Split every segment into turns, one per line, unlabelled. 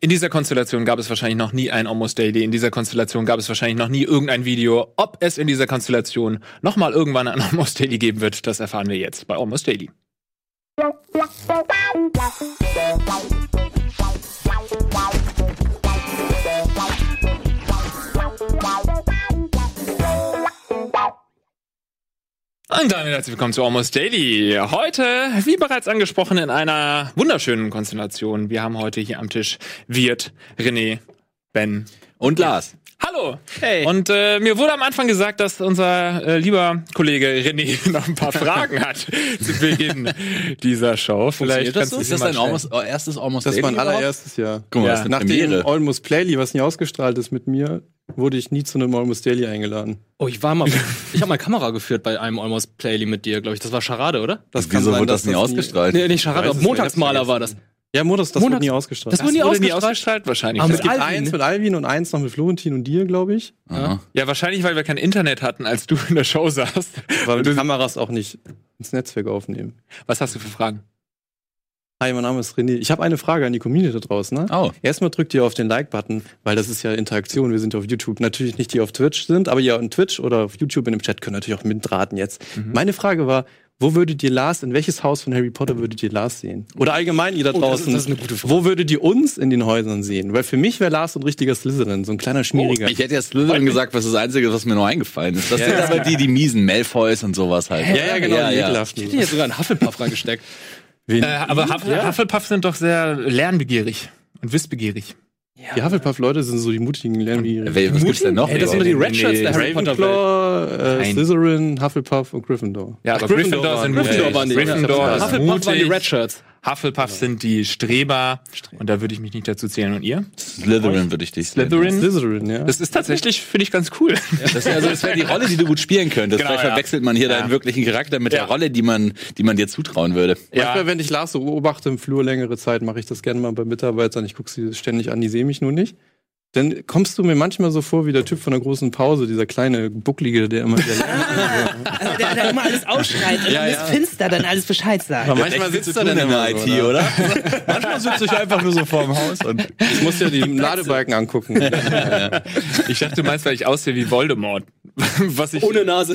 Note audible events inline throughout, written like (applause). In dieser Konstellation gab es wahrscheinlich noch nie ein Almost Daily. In dieser Konstellation gab es wahrscheinlich noch nie irgendein Video. Ob es in dieser Konstellation nochmal irgendwann ein (laughs) Almost Daily geben wird, das erfahren wir jetzt bei Almost Daily. Und damit herzlich willkommen zu Almost Daily. Heute, wie bereits angesprochen, in einer wunderschönen Konstellation. Wir haben heute hier am Tisch Wirt, René, Ben
Und Lars.
Hallo.
Hey.
Und äh, mir wurde am Anfang gesagt, dass unser äh, lieber Kollege René (laughs) noch ein paar Fragen
(laughs)
hat zu Beginn dieser Show. Vielleicht
Funktioniert das
kannst
so?
du
Ist
sie
das
mal
dein
stellen.
almost, äh, erstes Almost
Das ist mein
Daily überhaupt?
allererstes Jahr.
Guck mal, das ist eine
Nachdem
Premiere.
Almost Playly, was nie ausgestrahlt ist mit mir, wurde ich nie zu einem Almost Daily eingeladen.
Oh, ich war mal. ich habe mal Kamera geführt bei einem Almost Playly mit dir, glaube ich. Das war Charade, oder?
Das
Wieso wurde das
dass
nie ausgestrahlt?
Nee, nicht Charade,
weiß es
Montagsmaler
nicht.
war das.
Ja, Modus, das
Montags-
wurde nie ausgestrahlt.
Das wurde nie
Wurde nie
ausgestrahlt?
ausgestrahlt wahrscheinlich.
Ah,
Das
mit
gibt-
Alvin,
eins
ne?
mit Alvin und eins noch mit Florentin und dir, glaube ich.
Aha.
ja, wahrscheinlich, weil wir kein Internet hatten, als du in der Show saßt. (laughs)
Weil wir die Kameras auch nicht ins Netzwerk aufnehmen.
Was hast du für Fragen?
Hi, mein Name ist René. Ich habe eine Frage an die Community da draußen. Ne?
Oh.
Erstmal drückt ihr auf den Like-Button, weil das ist ja Interaktion. Wir sind auf YouTube. Natürlich nicht die auf Twitch sind, aber ihr auf Twitch oder auf YouTube in dem Chat könnt natürlich auch mitraten jetzt. Meine Frage war, wo würdet ihr Lars, in welches Haus von Harry Potter würdet ihr Lars sehen? Oder allgemein ihr da
das
draußen.
ist- das ist eine gute Frage.
Wo würdet ihr uns in den Häusern sehen? Weil für mich wäre Lars so ein richtiger Slytherin, so ein kleiner Schmieriger.
Oh, Ich hätte jetzt Slytherin gesagt, was das Einzige ist, was mir nur eingefallen ist. Das sind aber die, die miesen Malfoys und sowas halt.
ja, ja, genau, die
Ich
ekelhaften.
hätte jetzt sogar einen Hufflepuff reingesteckt. (laughs)
Wen-
Äh, aber Huff Hufflepuff sind doch sehr lernbegierig und wissbegierig.
die Hufflepuff-Leute sind so die mutigen Lernwierigen.
Wer- Was gibt's denn noch?
Ey, das sind doch die Red Shirts der Harry Potter Welt.
Ravenclaw, äh,
Nein.
Slytherin, Hufflepuff und Gryffindor.
Ja,
Ach,
aber Gryffindor, sind mutig.
Gryffindor waren die.
Gryffindor
Ja.
ist
Hufflepuff waren die
mutig.
Red Shirts.
Hufflepuff sind die Streber. Und da würde ich mich nicht dazu zählen. Und ihr?
Slytherin würde ich dich
Slytherin?
Slytherin, ja.
Das ist tatsächlich, finde ich, ganz cool.
Das wäre also, das wär die Rolle, die du gut spielen könntest.
Genau,
Vielleicht
ja.
verwechselt man hier
Ja.
deinen wirklichen Charakter mit der
Ja.
Rolle, die man, die man dir zutrauen würde.
Manchmal, wenn ich Lars so beobachte im Flur längere Zeit, mache ich das gerne mal bei Mitarbeitern. Ich gucke sie ständig an, die sehen mich nur nicht. Dann kommst du mir manchmal so vor wie der Typ von der großen Pause, dieser kleine Bucklige, der immer wieder lernt.
Also der da immer alles ausschreit und dann ist finster, dann alles Bescheid
Aber
sagen.
manchmal sitzt er dann
in der
immer
IT,
so, ne?
oder? Manchmal sitze ich einfach nur so vorm Haus und.
Ich
(laughs)
muss ja die Ladebalken angucken. Ja,
Ich dachte, du meinst, weil ich aussehe wie Voldemort. (laughs) Was ich,
Ohne Nase.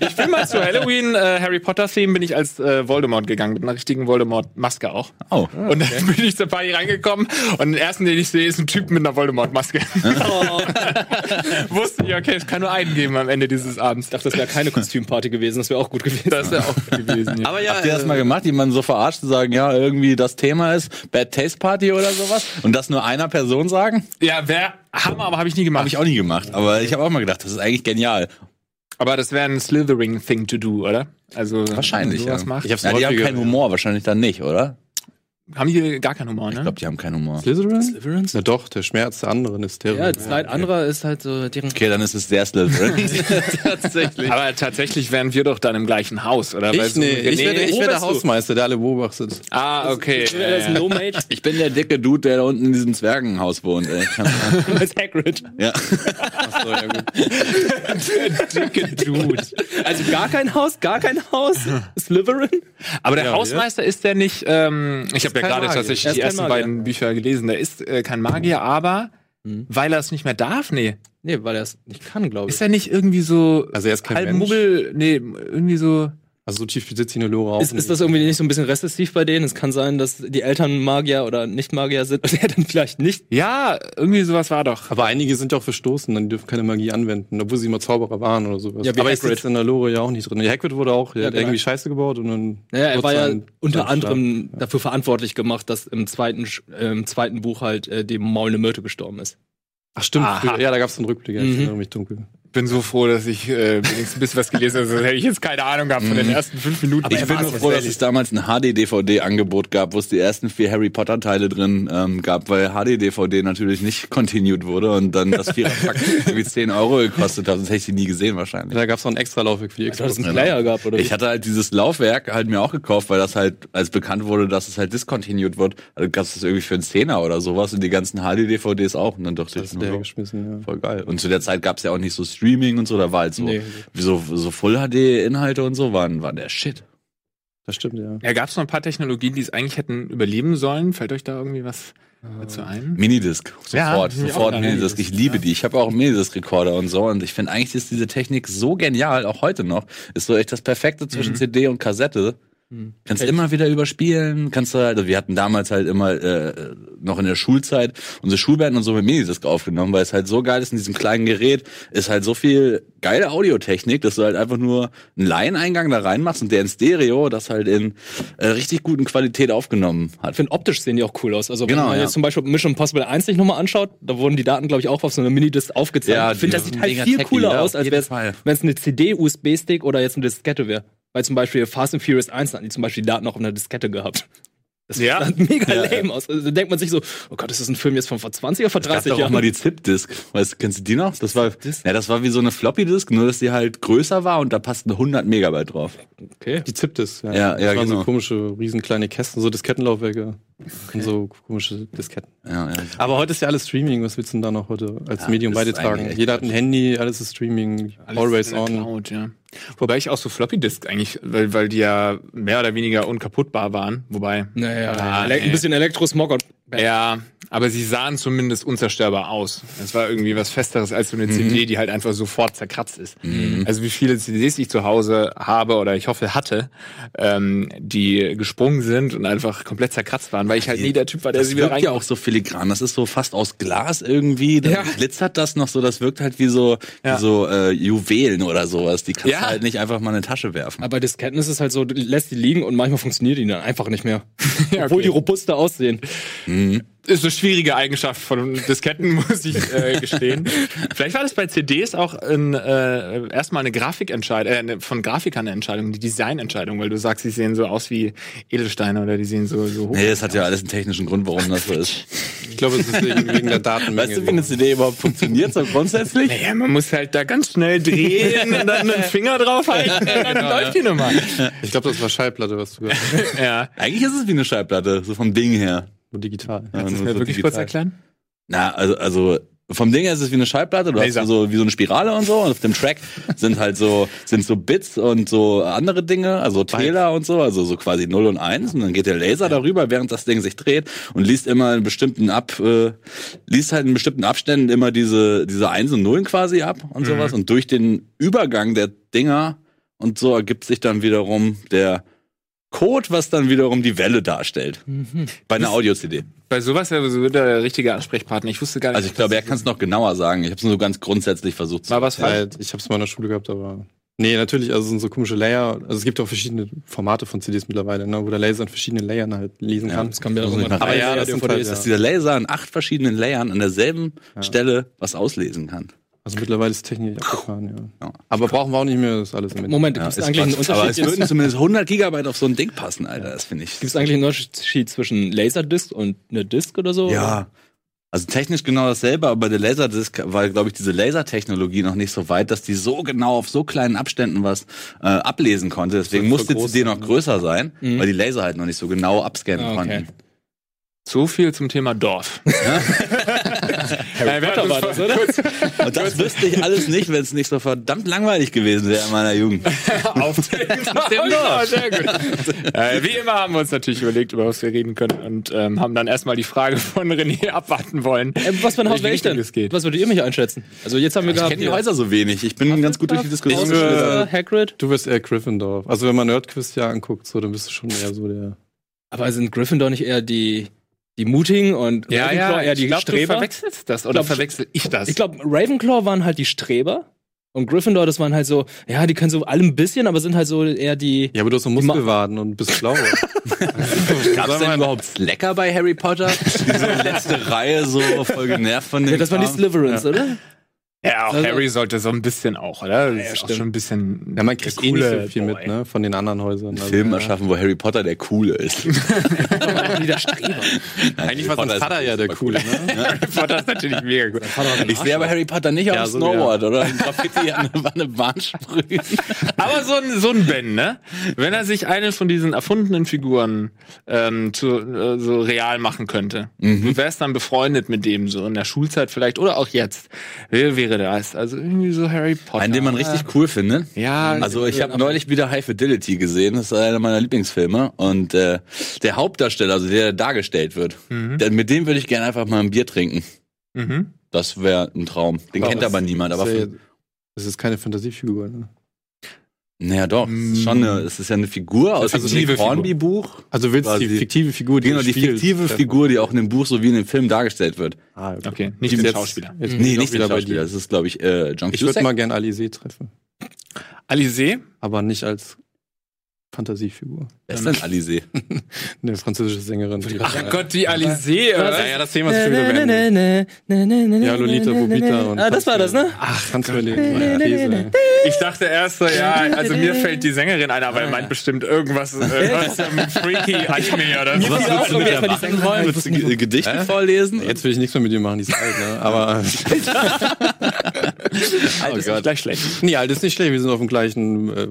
ich bin mal zu Halloween äh, Harry Potter Theme bin ich als äh, Voldemort gegangen mit einer richtigen Voldemort Maske auch.
(laughs) Oh.
Und dann bin ich zur Party reingekommen und den ersten, den ich sehe, ist ein Typ mit einer Voldemort Maske. (laughs) Wusste ich, okay, es kann nur einen geben am Ende dieses Abends.
Ich dachte, das wäre keine Kostümparty gewesen. Das wäre auch gut gewesen.
Das (laughs) wäre auch gewesen. Ja.
Aber
Habt ihr das mal gemacht, jemanden so verarscht zu sagen, ja, irgendwie das Thema ist Bad Taste Party oder sowas und das nur einer Person sagen?
Ja, wäre Hammer, aber habe ich nie
Habe
gemacht.
ich auch nie gemacht, aber ich habe auch mal gedacht, das ist eigentlich genial.
Aber das wäre ein Slithering Thing to do, oder? Also
Wahrscheinlich,
wenn man sowas
ja.
macht.
Ich hab's
Ja, die haben
häufiger-
keinen Humor, wahrscheinlich dann nicht, oder?
haben die gar keinen Humor, ne?
Ich glaube, die haben keinen Humor.
Slytherin?
Slytherin?
Na doch, der Schmerz der anderen ist der.
Ja, das Leid anderer ist halt so deren.
Okay, dann ist es sehr (laughs) Slytherin.
Tatsächlich.
Aber tatsächlich wären wir doch dann im gleichen Haus, oder? Weil
Ich,
so-
nee, ich
nee.
werde, ich
wo
werde
bist du?
Hausmeister, der alle beobachtet.
Ah, okay.
Er ist ein
Ja, ja.
low mage
(laughs)
ich bin der dicke Dude, der da unten in diesem Zwergenhaus wohnt. Ey.
als Hagrid.
Ja.
Dicke Dude.
Also gar kein Haus, gar kein (laughs) Haus. Slytherin?
Aber der Hausmeister ist der nicht. Ähm, ich habe ja
kein
gerade
Magier.
tatsächlich
Er ist
die
kein
ersten
Magier.
beiden Bücher gelesen. Der ist äh, kein Magier, aber weil er es nicht mehr darf, nee.
Nee, weil er es nicht kann, glaube ich.
Ist er nicht irgendwie so
Also er ist kein
halb
Mensch.
Muggel? Nee, irgendwie so.
Also so tief sitzt die Lore auch.
Ist, ist das irgendwie nicht so ein bisschen rezessiv bei denen? Es kann sein, dass die Eltern Magier oder Nicht-Magier sind und er dann vielleicht nicht.
Ja, irgendwie sowas war doch.
aber einige sind ja auch verstoßen, dann dürfen keine Magie anwenden, obwohl sie immer Zauberer waren oder sowas.
Ja, wie
aber ich
Hagrid.
sitze in der Lore ja auch nicht drin. Ja, Hagrid wurde auch, der
Ja,
hat
genau.
irgendwie Scheiße gebaut und dann.
Naja, er
wurde
war ja
sein-
unter
sein
anderem dafür verantwortlich gemacht, dass im zweiten, Sch- äh, im zweiten Buch halt äh, dem Maul eine Myrte gestorben ist.
Stab. Ach stimmt,
Aha.
ja, da gab es einen Rückblick, ja, ich
Mhm.
erinnere mich dunkel.
Ich bin so froh, dass ich äh, wenigstens ein bisschen was gelesen habe. Sonst hätte ich jetzt keine Ahnung gehabt von den ersten fünf Minuten.
Ich bin nur froh, dass es damals ein HD-DVD-Angebot gab, wo es die ersten vier Harry Potter-Teile drin ähm, gab, weil HD-DVD natürlich nicht continued wurde und dann das (laughs) Viererpack irgendwie 10 Euro gekostet hat. Das hätte ich die nie gesehen wahrscheinlich.
Da gab es noch einen extra Laufweg für die
Dass
Xbox.
es einen Player gab oder
Ich hatte halt dieses Laufwerk halt mir auch gekauft, weil das halt, als bekannt wurde, dass es halt discontinued wird, also gab es das irgendwie für einen Zehner oder sowas und die ganzen HD-DVDs auch. Und dann dachte
Das
ich,
ist leer
nur,
geschmissen, ja.
voll geil. Und zu der Zeit gab es ja auch nicht so Streaming und so, da war halt so,
Nee.
wie so, so Full-HD-Inhalte und so waren, waren der Shit.
Das stimmt, ja.
Ja, gab es noch ein paar Technologien, die es eigentlich hätten überleben sollen? Fällt euch da irgendwie was dazu ein?
Minidisc.
Mhm. Ja,
Sofort,
bin ich auch
sofort
dran.
Minidisc. Ich liebe die. Ich habe auch einen Minidisc-Rekorder und so. Und ich finde eigentlich ist diese Technik so genial, auch heute noch. Ist so echt das Perfekte
Mhm.
zwischen CD und Kassette. Kannst immer wieder überspielen, kannst du halt, also wir hatten damals halt immer äh, noch in der Schulzeit unsere Schulband und so mit Minidisc aufgenommen, weil es halt so geil ist in diesem kleinen Gerät, ist halt so viel geile Audiotechnik, dass du halt einfach nur einen Line-Eingang da reinmachst und der in Stereo das halt in äh, richtig guten Qualität aufgenommen hat.
Ich finde, optisch sehen die auch cool aus. Also,
Genau,
wenn man
ja.
jetzt zum Beispiel Mission Impossible 1 sich nochmal anschaut, da wurden die Daten, glaube ich, auch auf so einer Minidisc aufgezeichnet.
Ja,
ich finde, das
die
sieht
sind
halt
mega
viel
tacky,
cooler
ja,
aus,
auf
als
jeden
wenn
Fall.
es eine CD, USB-Stick oder jetzt eine Diskette wäre. Weil zum Beispiel Fast and Furious 1 hatten die zum Beispiel die Daten auch auf einer Diskette gehabt. Das
Ja.
sah mega lame aus. Also, da denkt man sich so, oh Gott, ist das ein Film jetzt von vor 20 oder vor
gab
30
doch auch mal
Jahren?
die Zip-Disc. Weißt du, kennst du die noch? Das war, ja, das war wie so eine Floppy-Disk, nur dass die halt größer war und da passten 100 Megabyte drauf.
Okay.
Die Ziptis, ja.
Ja,
das
ja,
waren
genau.
so komische, riesen kleine Kästen, so Diskettenlaufwerke. Und so komische Disketten.
Ja, ja.
Aber heute ist ja alles Streaming. Was willst du denn da noch heute als
Ja,
Medium
das ist
beitragen?
eigentlich echt
Jeder hat ein Handy, alles ist Streaming, always
in der
on.
Cloud, ja. Wobei ich auch so Floppy Disk eigentlich, weil, weil die ja mehr oder weniger unkaputtbar waren. Wobei.
Naja,
Ah,
ele-
nee.
ein bisschen Elektrosmog und
Ja, aber sie sahen zumindest unzerstörbar aus. Es war irgendwie was Festeres als so eine CD, die halt einfach sofort zerkratzt ist. Also wie viele CDs ich zu Hause habe oder ich hoffe hatte, ähm, die gesprungen sind und einfach komplett zerkratzt waren, weil ich halt nie der Typ war, der
Das
sie wieder
wirkt
rein.
ja auch so filigran. Das ist so fast aus Glas irgendwie. Dann
Ja.
glitzert das noch so. Das wirkt halt wie so,
Ja.
wie so äh, Juwelen oder sowas. Die kannst
Ja.
du halt nicht einfach mal in eine Tasche werfen.
Aber bei Disketten ist es halt so, du lässt die liegen und manchmal funktioniert die dann einfach nicht
(laughs)
mehr.
Ja,
Obwohl
okay.
die robuster aussehen.
ist eine schwierige Eigenschaft von Disketten, (laughs) muss ich äh, gestehen. Vielleicht war das bei CDs auch ein, äh, erstmal eine Grafikentscheidung, äh, eine- von Grafikern eine Entscheidung, eine Designentscheidung, weil du sagst, sie sehen so aus wie Edelsteine oder die sehen so, so hoch.
Nee, das hat ja alles einen technischen Grund, warum das so ist.
(laughs)
Ich glaube, es ist wegen, wegen der Datenmenge.
Weißt du, wie eine CD
(laughs)
überhaupt funktioniert, so grundsätzlich?
Ja, man muss halt da ganz schnell drehen und dann einen Finger draufhalten und dann läuft die Nummer.
ich glaube, das war Schallplatte, was du gesagt
(laughs)
hast.
Ja.
Eigentlich ist es wie eine Schallplatte, so vom Ding her.
Nur digital.
Ja,
Kannst du
nur
mir
so
wirklich
digital.
kurz erklären?
Na, also, also vom Ding her ist es wie eine Schallplatte, du
Laser.
hast so wie so eine Spirale und so und auf dem Track sind halt so sind so Bits und so andere Dinge, also Täler und so, also so quasi 0 und 1 und dann geht der Laser darüber, während das Ding sich dreht und liest immer einen bestimmten ab äh, liest halt in bestimmten Abständen immer diese diese 1 und Nullen quasi ab und sowas und durch den Übergang der Dinger und so ergibt sich dann wiederum der Code, was dann wiederum die Welle darstellt. Bei einer Audio-CD.
Bei sowas wäre sowieso der richtige Ansprechpartner. Ich wusste gar nicht.
Also ich glaube, er kann es noch genauer sagen. Ich habe es nur ganz grundsätzlich versucht zu
war was falsch.
Ja, halt, ich habe es mal in der Schule gehabt, aber. Nee, natürlich, also es sind so komische Layer. Also es gibt auch verschiedene Formate von CDs mittlerweile, ne, wo der Laser in verschiedenen Layern halt lesen
Ja,
kann.
Das kann mir
Muss
auch
ich
immer
nachher-
Aber ja,
drei
das sind
DVDs.
halt,
dass dieser Laser in acht verschiedenen Layern an derselben
Ja.
Stelle was auslesen kann.
Also mittlerweile ist Technik abgefahren, ja.
Ja.
Aber brauchen wir auch nicht mehr das alles im
Moment,
Ja,
gibt es
ist
eigentlich einen
Quatsch. aber es
Unterschied?
würden zumindest 100 Gigabyte auf so ein Ding passen, Alter. Das finde ich.
Gibt es eigentlich einen Unterschied zwischen Laserdisc und einer Disc oder so?
Ja. Also technisch genau dasselbe, aber der Laserdisc war, glaube ich, diese Lasertechnologie noch nicht so weit, dass die so genau auf so kleinen Abständen was äh, ablesen konnte. Deswegen
wird
musste
so groß
die noch größer sein, weil die Laser halt noch nicht so genau abscannen
Ah, okay.
konnten.
So viel zum Thema Dorf. (laughs) Äh, Harry
Potter war das, oder?
Und das wüsste ich alles nicht, wenn es nicht so verdammt langweilig gewesen wäre in meiner Jugend.
Auf ja, sehr gut. (laughs) Äh, wie immer haben wir uns natürlich überlegt, über was wir reden können und ähm, haben dann erstmal die Frage von René (laughs) abwarten wollen.
Ähm, was für ein Haus wäre ich denn?
Es geht.
Was würdet ihr mich einschätzen? Also jetzt haben wir
Ich
gehabt.
kenne die Häuser so wenig. Ich bin ganz gut durch die Diskussion.
Diskussion. Hagrid.
Du bist eher Gryffindor. Also wenn man Nerdquiz ja anguckt, so, dann bist du schon eher so der.
Aber sind Gryffindor nicht eher die, die Mutigen und
Ja, ja,
eher die
ich glaub, du
Streber?
verwechselst das oder
Ich glaub,
verwechsel ich das?
Ich glaube, Ravenclaw waren halt die Streber und Gryffindor, das waren halt so, ja, die können so alle ein bisschen, aber sind halt so eher die.
Ja, aber du hast so Muskelwaden und bist (laughs) schlau.
Gab's denn überhaupt Slacker bei Harry (laughs) Potter? Diese letzte Reihe so voll genervt von dem.
Ja, das waren die
Kram.
Slytherins, oder?
ja, auch
Also-
Harry sollte so ein bisschen auch, oder? Das ist auch
stimmt.
schon ein bisschen
ja, man kriegt eh nicht
coole
so viel
Boy. (laughs)
mit, ne? Von den anderen Häusern.
Einen
Also,
Film erschaffen, wo Harry Potter der Coole ist.
Waren die
(laughs)
der Streber?
Eigentlich
war
also,
sein Vater ja der Coole, ne?
Harry Potter ist natürlich mega gut.
Ich sehe aber Harry Potter nicht auf
Ja,
dem
so,
Snowboard oder im Graffiti an der Wand- Wand sprühen.
Aber so ein, so ein Ben, ne? Wenn er sich eine von diesen erfundenen Figuren ähm, zu, äh, so real
Mhm.
machen könnte, du wärst dann befreundet mit dem so in der Schulzeit vielleicht oder auch jetzt. Wir, wir Charaktere da ist. Also irgendwie so Harry Potter.
(laughs) Einen, den man richtig cool findet.
Ja,
Also ich habe neulich wieder High Fidelity gesehen, das ist einer meiner Lieblingsfilme und äh, der Hauptdarsteller, also der dargestellt wird, der, mit dem würde ich gerne einfach mal ein Bier trinken.
Mhm.
Das wäre ein Traum. Den
Aber
kennt
es-
aber niemand. Aber
ist ja
für,
jetzt- das ist keine Fantasiefigur. Ne?
naja doch, es ist schon eine, es ist ja eine Mm. Figur aus
Also
dem
fiktive
Cornby-Buch.
Also willst du
Quasi-
die fiktive Figur,
Genau,
im
die Mhm.
Spiel-
fiktive Figur, die auch in dem Buch sowie in dem Film dargestellt wird.
Ah, okay.
Okay, nicht
Die
den
jetzt-
Schauspieler.
Jetzt bin
Nee,
ich auch
nicht der
wieder bei
Schauspieler.
dir.
Das ist, glaube ich, äh, John
Ich würde
Cusack.
mal gerne Alizé treffen,
Alizé?
aber nicht als Fantasiefigur.
Wer ist denn Alizé?
Eine französische Sängerin.
Ach Gott, die Alizé.
Was?
oder?
Naja, das Thema ist schon wieder beendet. Ja, Lolita, Bobita und.
Ah, das war das, ne?
Ach, kannst du überlegen.
Ich dachte erst so, ja, also mir fällt die Sängerin ein,
Ah,
aber er meint bestimmt irgendwas, äh, was
(laughs)
mit Freaky Eichmi oder
Was
so.
willst du mit der machen wollen?
Willst du Ge- Äh, Gedichte vorlesen?
Jetzt will ich nichts mehr mit dir machen, die ist alt, ne? Aber. (laughs)
oh Gott.
Gleich schlecht.
Nee, alt ist nicht schlecht, wir sind auf dem gleichen. Äh,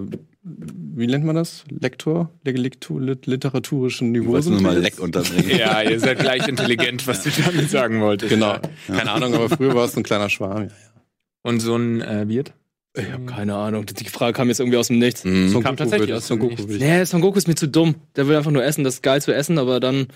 wie nennt man das? Lektor? Le- Lektu- lit literaturischen
Ich
Niveau.
wollte nur
sind wir
mal
jetzt?
Leck unterbringen. (laughs)
Ja, ihr seid gleich intelligent, was du damit sagen wolltest.
Genau. Keine Ahnung, aber früher war es ein kleiner Schwarm.
Und so ein äh, Wirt?
Ich hab keine Ahnung. Die Frage kam jetzt irgendwie aus dem Nichts.
Mhm.
Son
Kam
Goku
tatsächlich
würde-
aus
Son
dem
Goku
Nichts.
würde ich-
Nee, Son Goku ist mir zu dumm. Der will einfach nur essen, das ist geil zu essen, aber dann,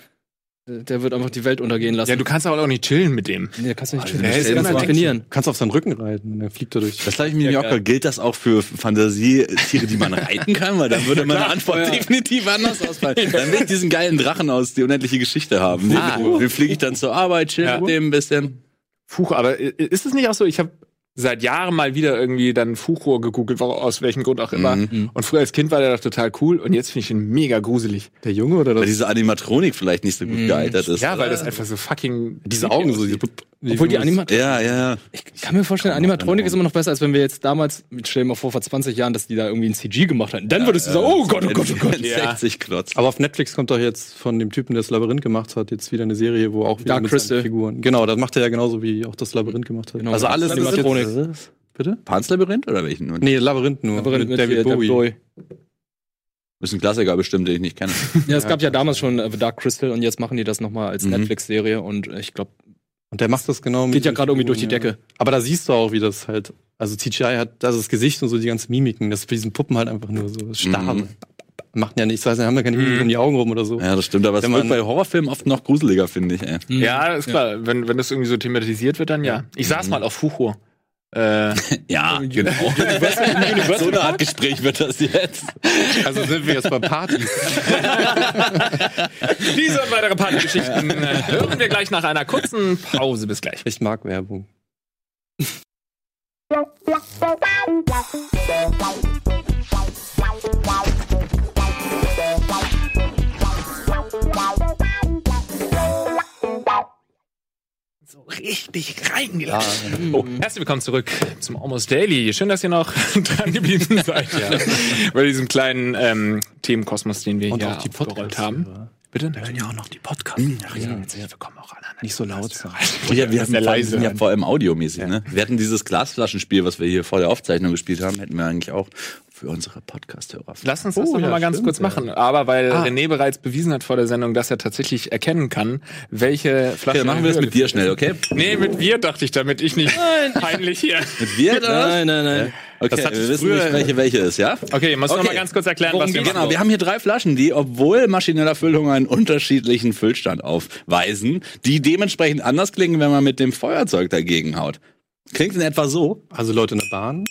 äh, der wird einfach die Welt untergehen lassen.
Ja, du kannst aber auch nicht chillen mit dem.
nee, kannst du nicht
der ist
du kannst
immer
nicht trainieren.
Kannst auf seinen Rücken reiten und dann fliegt er durch.
Das habe ich mir ja,
geil.
Yorker. Gilt das auch für Fantasietiere, die man reiten kann? Weil dann würde meine Antwort definitiv anders ausfallen. Dann will ich diesen geilen Drachen aus, die unendliche Geschichte haben. Den, den fliege ich dann zur Arbeit, chill
Ja.
mit dem ein bisschen.
Fuch, aber i- ist es nicht auch so, ich habe seit Jahren mal wieder irgendwie dann Fuchrohr gegoogelt, wa- aus welchem Grund auch immer. Und früher als Kind war der doch total cool und jetzt finde ich ihn mega gruselig.
Der Junge oder
Weil
das?
diese Animatronik vielleicht nicht so gut geeignet ist.
Ja, weil das einfach so fucking...
Diese Augen so. Die,
Obwohl die Anima
Ja, ja, ja.
Ich kann mir vorstellen, Animatronik ist immer noch besser, als wenn wir jetzt damals, stell dir mal vor, vor 20 Jahren, dass die da irgendwie ein CG gemacht hatten. Dann würdest du sagen, oh Gott, oh Gott, oh Gott.
60 Klotz.
aber auf Netflix kommt doch jetzt von dem Typen, der das Labyrinth gemacht hat, jetzt wieder eine Serie, wo auch wieder
Dark Crystal.
seinen Figuren. Genau, das macht er ja genauso wie auch das Labyrinth gemacht hat.
Genau.
Also alles
Das ist Animatronik.
Jetzt, bitte?
Pans Labyrinth oder welchen? Nee.
Nee, Labyrinth nur.
Labyrinth mit hier, David Bowie.
Ist ein Klassiker bestimmt, den ich nicht kenne.
Ja, Mhm. es gab ja damals schon äh, The Dark Crystal und jetzt machen die das nochmal als Netflix-Serie und äh, ich glaube,
Und der macht das genau mit
Geht Mhm. ja
den
gerade irgendwie durch die
Figuren,
Decke.
Aber da siehst du auch, wie das halt. Also CGI hat also das Gesicht und so die ganzen Mimiken, das ist bei diesen Puppen halt einfach nur so starr.
Mhm.
Machen ja nichts, weiß nicht, haben ja keine
Mhm.
Mimik um die Augen rum oder so.
Ja, das stimmt, aber es
Wenn
wird
man-
bei Horrorfilmen oft noch gruseliger, finde ich. Ey.
Ja, ist klar. Wenn, wenn das irgendwie so thematisiert wird, dann ja. Ich saß mal auf Fuchrohr. Äh,
Ja, genau. so eine Art Gespräch wird das jetzt.
Also sind wir jetzt bei
(laughs)
Partys.
(laughs) diese und weitere (laughs) Partygeschichten äh, hören wir gleich nach einer kurzen Pause. Bis gleich.
Ich mag Werbung.
So richtig reingelassen. Oh, herzlich willkommen zurück zum Almost Daily. Schön, dass ihr noch (laughs) dran geblieben seid. Ja. Bei diesem kleinen ähm, Themenkosmos, den wir
Und
hier
auch die
aufgerollt
Podcasts.
haben. Bitte? Da hören ja auch noch die Podcasts.
Mhm.
Ach ja, herzlich willkommen auch alle. Nicht so laut sein. Ja, wir sind ja leise.
ja vor allem audiomäßig, ne? Wir hatten dieses Glasflaschenspiel, was wir hier vor der Aufzeichnung gespielt haben, hätten wir eigentlich auch für unsere Podcast-Hörer.
Lass uns das doch
Oh,
noch
ja,
mal ganz
stimmt,
kurz machen. Aber weil René bereits bewiesen hat vor der Sendung, dass er tatsächlich erkennen kann, welche Flasche.
Okay, dann machen wir es mit dir schnell, okay?
Nee, mit wir dachte ich, damit ich nicht peinlich hier.
Mit wir das?
Nein, nein, nein.
Okay,
Das hatte
wir
ich
wissen
früher-
nicht, welche welche ist, ja?
Okay, ihr müsst noch
Okay.
mal ganz kurz erklären,
Worum
was wir
geht's?
machen.
Genau, wir haben hier drei Flaschen, die, obwohl maschineller Füllung einen unterschiedlichen Füllstand aufweisen, die dementsprechend anders klingen, wenn man mit dem Feuerzeug dagegen haut. Klingt in etwa so.
Also Leute in der Bahn.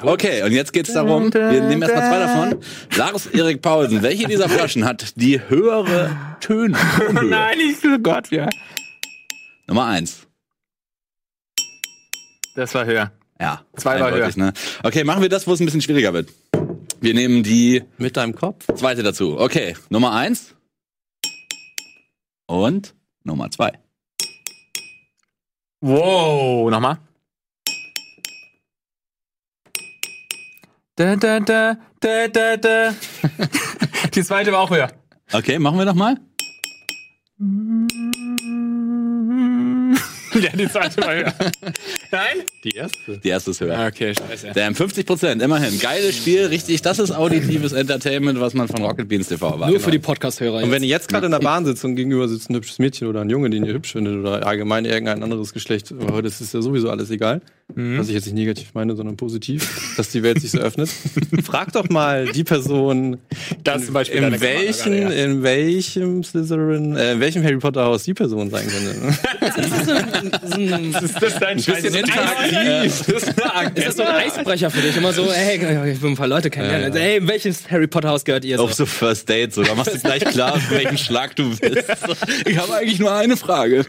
Okay, und jetzt geht's darum, wir nehmen erstmal zwei davon. Lars Erik Paulsen, welche dieser Flaschen hat die höhere Tön
(laughs)
Tonhöhe?
Nein, ich, oh Gott, ja.
Nummer eins.
Das war höher.
Ja.
Zwei war
eindeutig, ne? Okay, machen wir das, wo es ein bisschen schwieriger wird. Wir nehmen die
Mit deinem Kopf.
zweite dazu. Okay, Nummer eins. Und Nummer zwei.
Wow, nochmal. Da, da, da, da, da, da. (laughs) Die zweite war auch (laughs) höher.
Okay, machen wir nochmal.
Ja, die zweite war höher. Nein?
Die erste.
Die erste ist höher.
Okay, scheiße.
Damn, 50 Prozent, immerhin. Geiles Spiel, richtig. Das ist auditives Entertainment, was man von Rocket Beans TV erwartet.
Nur für die Podcast-Hörer.
Und wenn ihr jetzt gerade in der Bahn sitzt und gegenüber sitzt ein hübsches Mädchen oder ein Junge, den ihr hübsch findet oder allgemein irgendein anderes Geschlecht, aber heute ist es ja sowieso alles egal, was ich jetzt nicht negativ meine, sondern positiv, dass die Welt sich so öffnet. (laughs) Frag doch mal die Person,
Das ist zum Beispiel
in
deine Kamera
welchen,
gerade, ja.
in welchem Slytherin, äh, in welchem Harry Potter Haus die Person sein könnte.
Ist das dein Scheiß?
bisschen interaktiv. Ist das so ein Eisbrecher für dich? Immer so, hey, ich will ein paar Leute kennenlernen. Also, hey, in welches Harry Potter Haus gehört ihr? So.
Auf so First Date sogar. Machst du gleich klar, welchen Schlag du bist. Ich habe eigentlich nur eine Frage.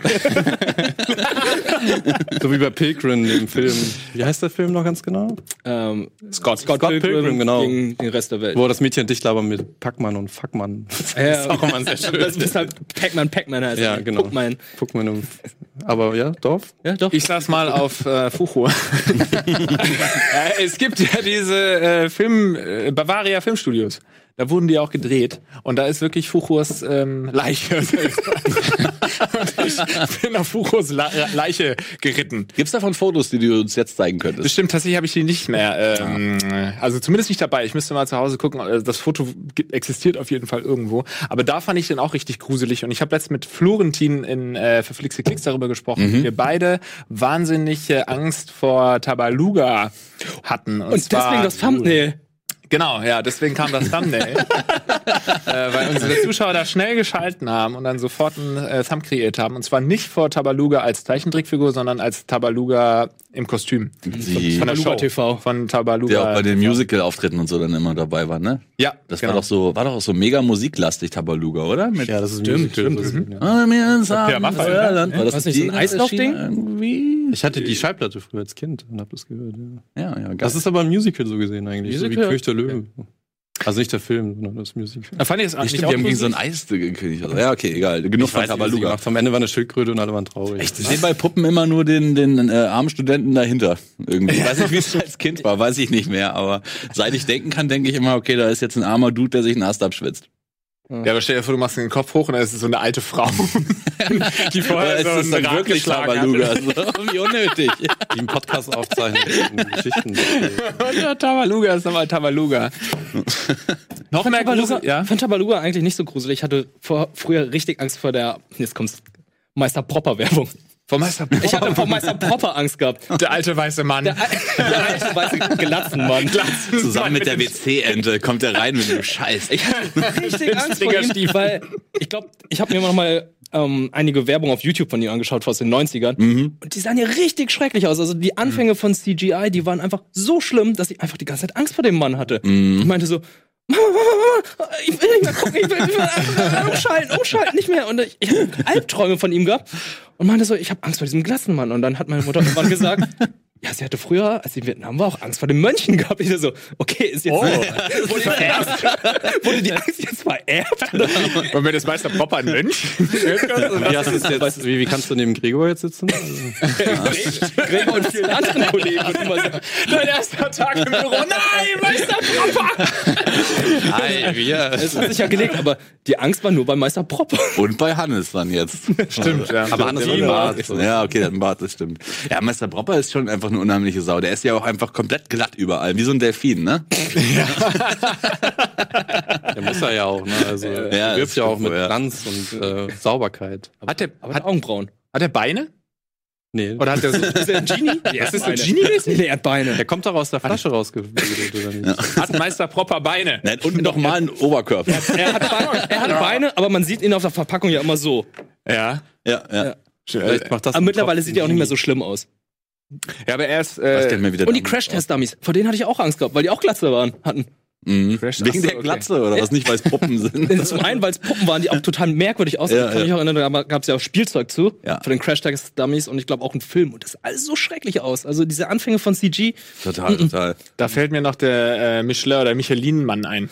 (laughs) so wie bei Pilgrim im Film. Wie heißt der Film noch ganz genau?
Ähm,
Scott, Scott.
Scott Pilgrim, genau.
Gegen den Rest der Welt.
Wo das Mädchen dicht labert mit Packmann und Fuckmann.
Ja, ist auch immer sehr schön. Das ist halt Pac-Man, Pac-Man heißt.
(laughs) Ja,
er.
genau.
Guck mal.
Packmann und. Aber ja, Dorf.
Ja, doch.
Ich saß mal auf äh, Fuchu. äh, es gibt ja diese äh, Film äh, Bavaria Filmstudios. Da wurden die auch gedreht und da ist wirklich Fuchurs ähm, Leiche. (laughs) und ich bin auf Fuchurs La Leiche geritten.
Gibt's davon Fotos, die du uns jetzt zeigen könntest?
Bestimmt, tatsächlich habe ich die nicht mehr. Ähm, Also zumindest nicht dabei. Ich müsste mal zu Hause gucken. Also Das Foto gibt- existiert auf jeden Fall irgendwo. Aber da fand ich den auch richtig gruselig. Und ich habe letztens mit Florentin in äh, Verflixte Klicks darüber
Mhm.
gesprochen, wie wir beide wahnsinnige Angst vor Tabaluga hatten.
Und deswegen das Thumbnail.
Genau, ja, deswegen kam das (laughs) Thumbnail. äh, weil unsere Zuschauer da schnell geschalten haben und dann sofort ein äh, Thumb kreiert haben. Und zwar nicht vor Tabaluga als Zeichentrickfigur, sondern als Tabaluga im Kostüm.
Die,
Von der
Tabaluga
Show.
TV.
Von Tabaluga.
der auch bei den Musical-Auftritten und so dann immer dabei war, ne?
Ja,
Das
genau.
war doch so, war doch auch so mega musiklastig, Tabaluga, oder? Mit
Ja, das ist stimmt, stimmt. Mhm. Ja.
I'm in some
Ja, Maffei,
other
ne?
land. War
War's nicht so ein
die
Eislaufding?
Irgendwie?
Ich hatte die Schallplatte früher als Kind und hab das gehört. Ja.
Ja, ja, geil.
Das ist aber ein Musical so gesehen eigentlich, so wie
Musical?
König der Löwen. Also nicht der Film, sondern das Musical.
Da fand ich es
Ja,
eigentlich
Stimmt,
auch
die haben gegen so
gruselig.
ein Eis gekündigt. Also, ja, okay, egal. Genug von Tabaluga.
Am Ende war eine Schildkröte und alle waren traurig.
Ich sehe bei Puppen immer nur den, den äh, armen Studenten dahinter. Irgendwie. Weiß nicht, wie es als Kind war, weiß ich nicht mehr. Aber seit ich denken kann, denke ich immer, okay, da ist jetzt ein armer Dude, der sich einen Ast abschwitzt.
Ja, aber stell dir vor, du machst den Kopf hoch und da ist so eine alte Frau, (laughs) die vorher so einen Rad geschlagen hat.
Tabaluga? So, wie unnötig.
Die einen Podcast aufzeichnen. und Geschichten.
Ja, Tabaluga ist nochmal (laughs) Tabaluga. Noch in der
Tabaluga,
Grusel? Ja.
Ich fand Tabaluga eigentlich nicht so gruselig. Ich hatte vor, früher richtig Angst vor der, jetzt kommt's, Meister Propper-Werbung.
Vom Meister
Ich hatte vor Meister Propper
(laughs)
Angst gehabt.
Der alte weiße Mann.
Der alte weiße Glatzenmann.
Zusammen mit der WC-Ente kommt er rein mit dem Scheiß. Ich
richtig Angst vor ihm, weil ich glaube, ich habe mir immer noch mal ähm, einige Werbung auf YouTube von ihm angeschaut vor aus den 90ern. Und die sahen ja richtig schrecklich aus. Also die Anfänge von CGI, die waren einfach so schlimm, dass ich einfach die ganze Zeit Angst vor dem Mann hatte. Ich meinte so, Mama, Mama, Mama, ich will nicht mehr gucken, ich will, ich will (laughs) einfach umschalten, umschalten, nicht mehr. Und ich, ich habe Albträume von ihm gehabt und meinte so, ich habe Angst vor diesem Glatzenmann. Und dann hat meine Mutter irgendwann gesagt, ja, sie hatte früher, als sie in Vietnam war, auch Angst vor den Mönchen gehabt. Ich dachte so, okay, ist
Oh. (laughs)
jetzt wurde, die Angst, (laughs) wurde die Angst jetzt
(laughs)
vererbt? Oder?
Und wenn das Meister Popper ein (laughs) Mensch
Wie, hast du es jetzt, wie, wie kannst du neben Gregor jetzt sitzen?
Gregor und vielen anderen Kollegen. Und immer so,
Dein erster Tag im Büro. Nein, Meister Popper!
Ei, wir.
das hat sich ja gelegt, aber die Angst war nur bei Meister Propper.
Und bei Hannes dann (laughs) jetzt.
Stimmt, ja.
Aber Hannes hat
Die
einen
Bart.
Bart. Ja, okay, der hat einen Bart, das stimmt. Ja, Meister Bropper ist schon einfach eine unheimliche Sau. Der ist ja auch einfach komplett glatt überall, wie so ein Delfin, ne?
Der muss er ja auch, ne? Also,
Ja,
er
das
wirft ja auch
stimmt
mit
wohl, ja.
Glanz und äh, Sauberkeit.
Hat der,
Aber
hat,
hat Augenbrauen.
hat der Beine?
Nee.
Oder hat der so,
Ist er ein Genie?
das ist so
Beine.
Genie?
Nee, der hat Beine.
der kommt doch aus der Flasche rausgebildet, oder nicht?
Hat Meister Popper Beine?
Nein, und nochmal einen Oberkörper.
Er hat, Beine, er hat Beine, aber man sieht ihn auf der Verpackung ja immer so.
Ja.
Ja, ja.
Vielleicht macht das
Aber mittlerweile sieht er auch nicht mehr so schlimm aus.
Ja, aber er ist.
Das kennt
Äh,
mir wieder
Und die
Namen.
Crash-Test-Dummies, vor denen hatte ich auch Angst gehabt, weil die auch Glatze waren, hatten.
Mhm.
Crash-
Wegen
Ach so,
der
okay.
Glatze oder was nicht, weil es Puppen sind.
Zum einen, weil es Puppen waren, die auch total merkwürdig aussahen.
Ja,
Ich kann mich
ja.
auch erinnern, da gab es ja auch Spielzeug zu,
Ja.
von den Crash-Test-Dummies und ich glaube auch einen Film. Und das sah alles so schrecklich aus. Also diese Anfänge von CG,
total, total.
da fällt mir noch der äh, Michelin oder Michelin-Mann (laughs) ein.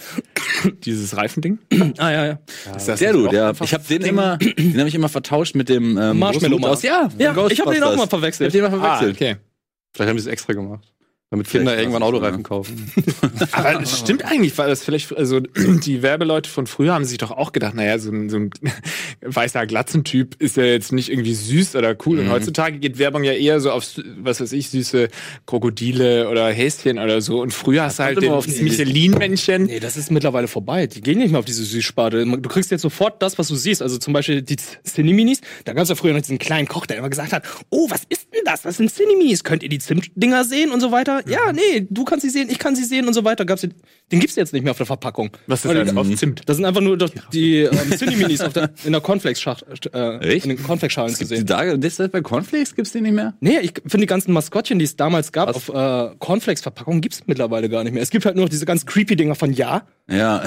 Dieses Reifending.
ah ja, ja.
Ist das
Der
nicht
Dude,
auch
ja.
einfach
Ich habe den immer, den habe ich immer vertauscht mit dem ähm,
Marshmallow
großen Hut
Mann.
aus. Ja,
Ja, ich hab den auch
Ghostbusters.
mal verwechselt.
Ich hab den mal
Ah,
verwechselt.
okay.
Vielleicht haben die es extra gemacht. damit Kinder
Vielleicht
irgendwann
war's das,
Autoreifen
ne?
kaufen.
Aber es stimmt eigentlich, weil das vielleicht, also (clears throat) die Werbeleute von früher haben sich doch auch gedacht, naja, so ein, (laughs) so ein weißer Glatzentyp ist ja jetzt nicht irgendwie süß oder cool. Und heutzutage geht Werbung ja eher so auf, was weiß ich, süße Krokodile oder Häschen oder so. Und früher hast du halt
kommt
den
immer auf die-
Michelin-Männchen.
Nee, das ist mittlerweile vorbei. Die gehen nicht mehr auf diese Süßsparte. Du kriegst jetzt sofort das, was du siehst. Also zum Beispiel die Z- Cineminis. Da gab es ja früher noch diesen kleinen Koch, der immer gesagt hat, oh, was ist denn das? Was sind Cineminis? Könnt ihr die Zimtdinger sehen und so weiter? Ja, nee, du kannst sie sehen, ich kann sie sehen und so weiter. Gab's den den gibt's jetzt nicht mehr auf der Verpackung.
Was halt mhm. ist denn auf Zimt?
Das sind einfach nur doch die ähm, Cineminis auf der, in der Cornflakes-Schacht, äh,
Echt?
in den Cornflakes-Schalen zu
Gibt's die
sehen.
da, das das bei Cornflakes gibt's den nicht mehr?
Nee, ich finde die ganzen Maskottchen, die es damals gab, auf äh, Cornflakes-Verpackungen gibt's mittlerweile gar nicht mehr. Es gibt halt nur noch diese ganz creepy Dinger von Ja.
Ja.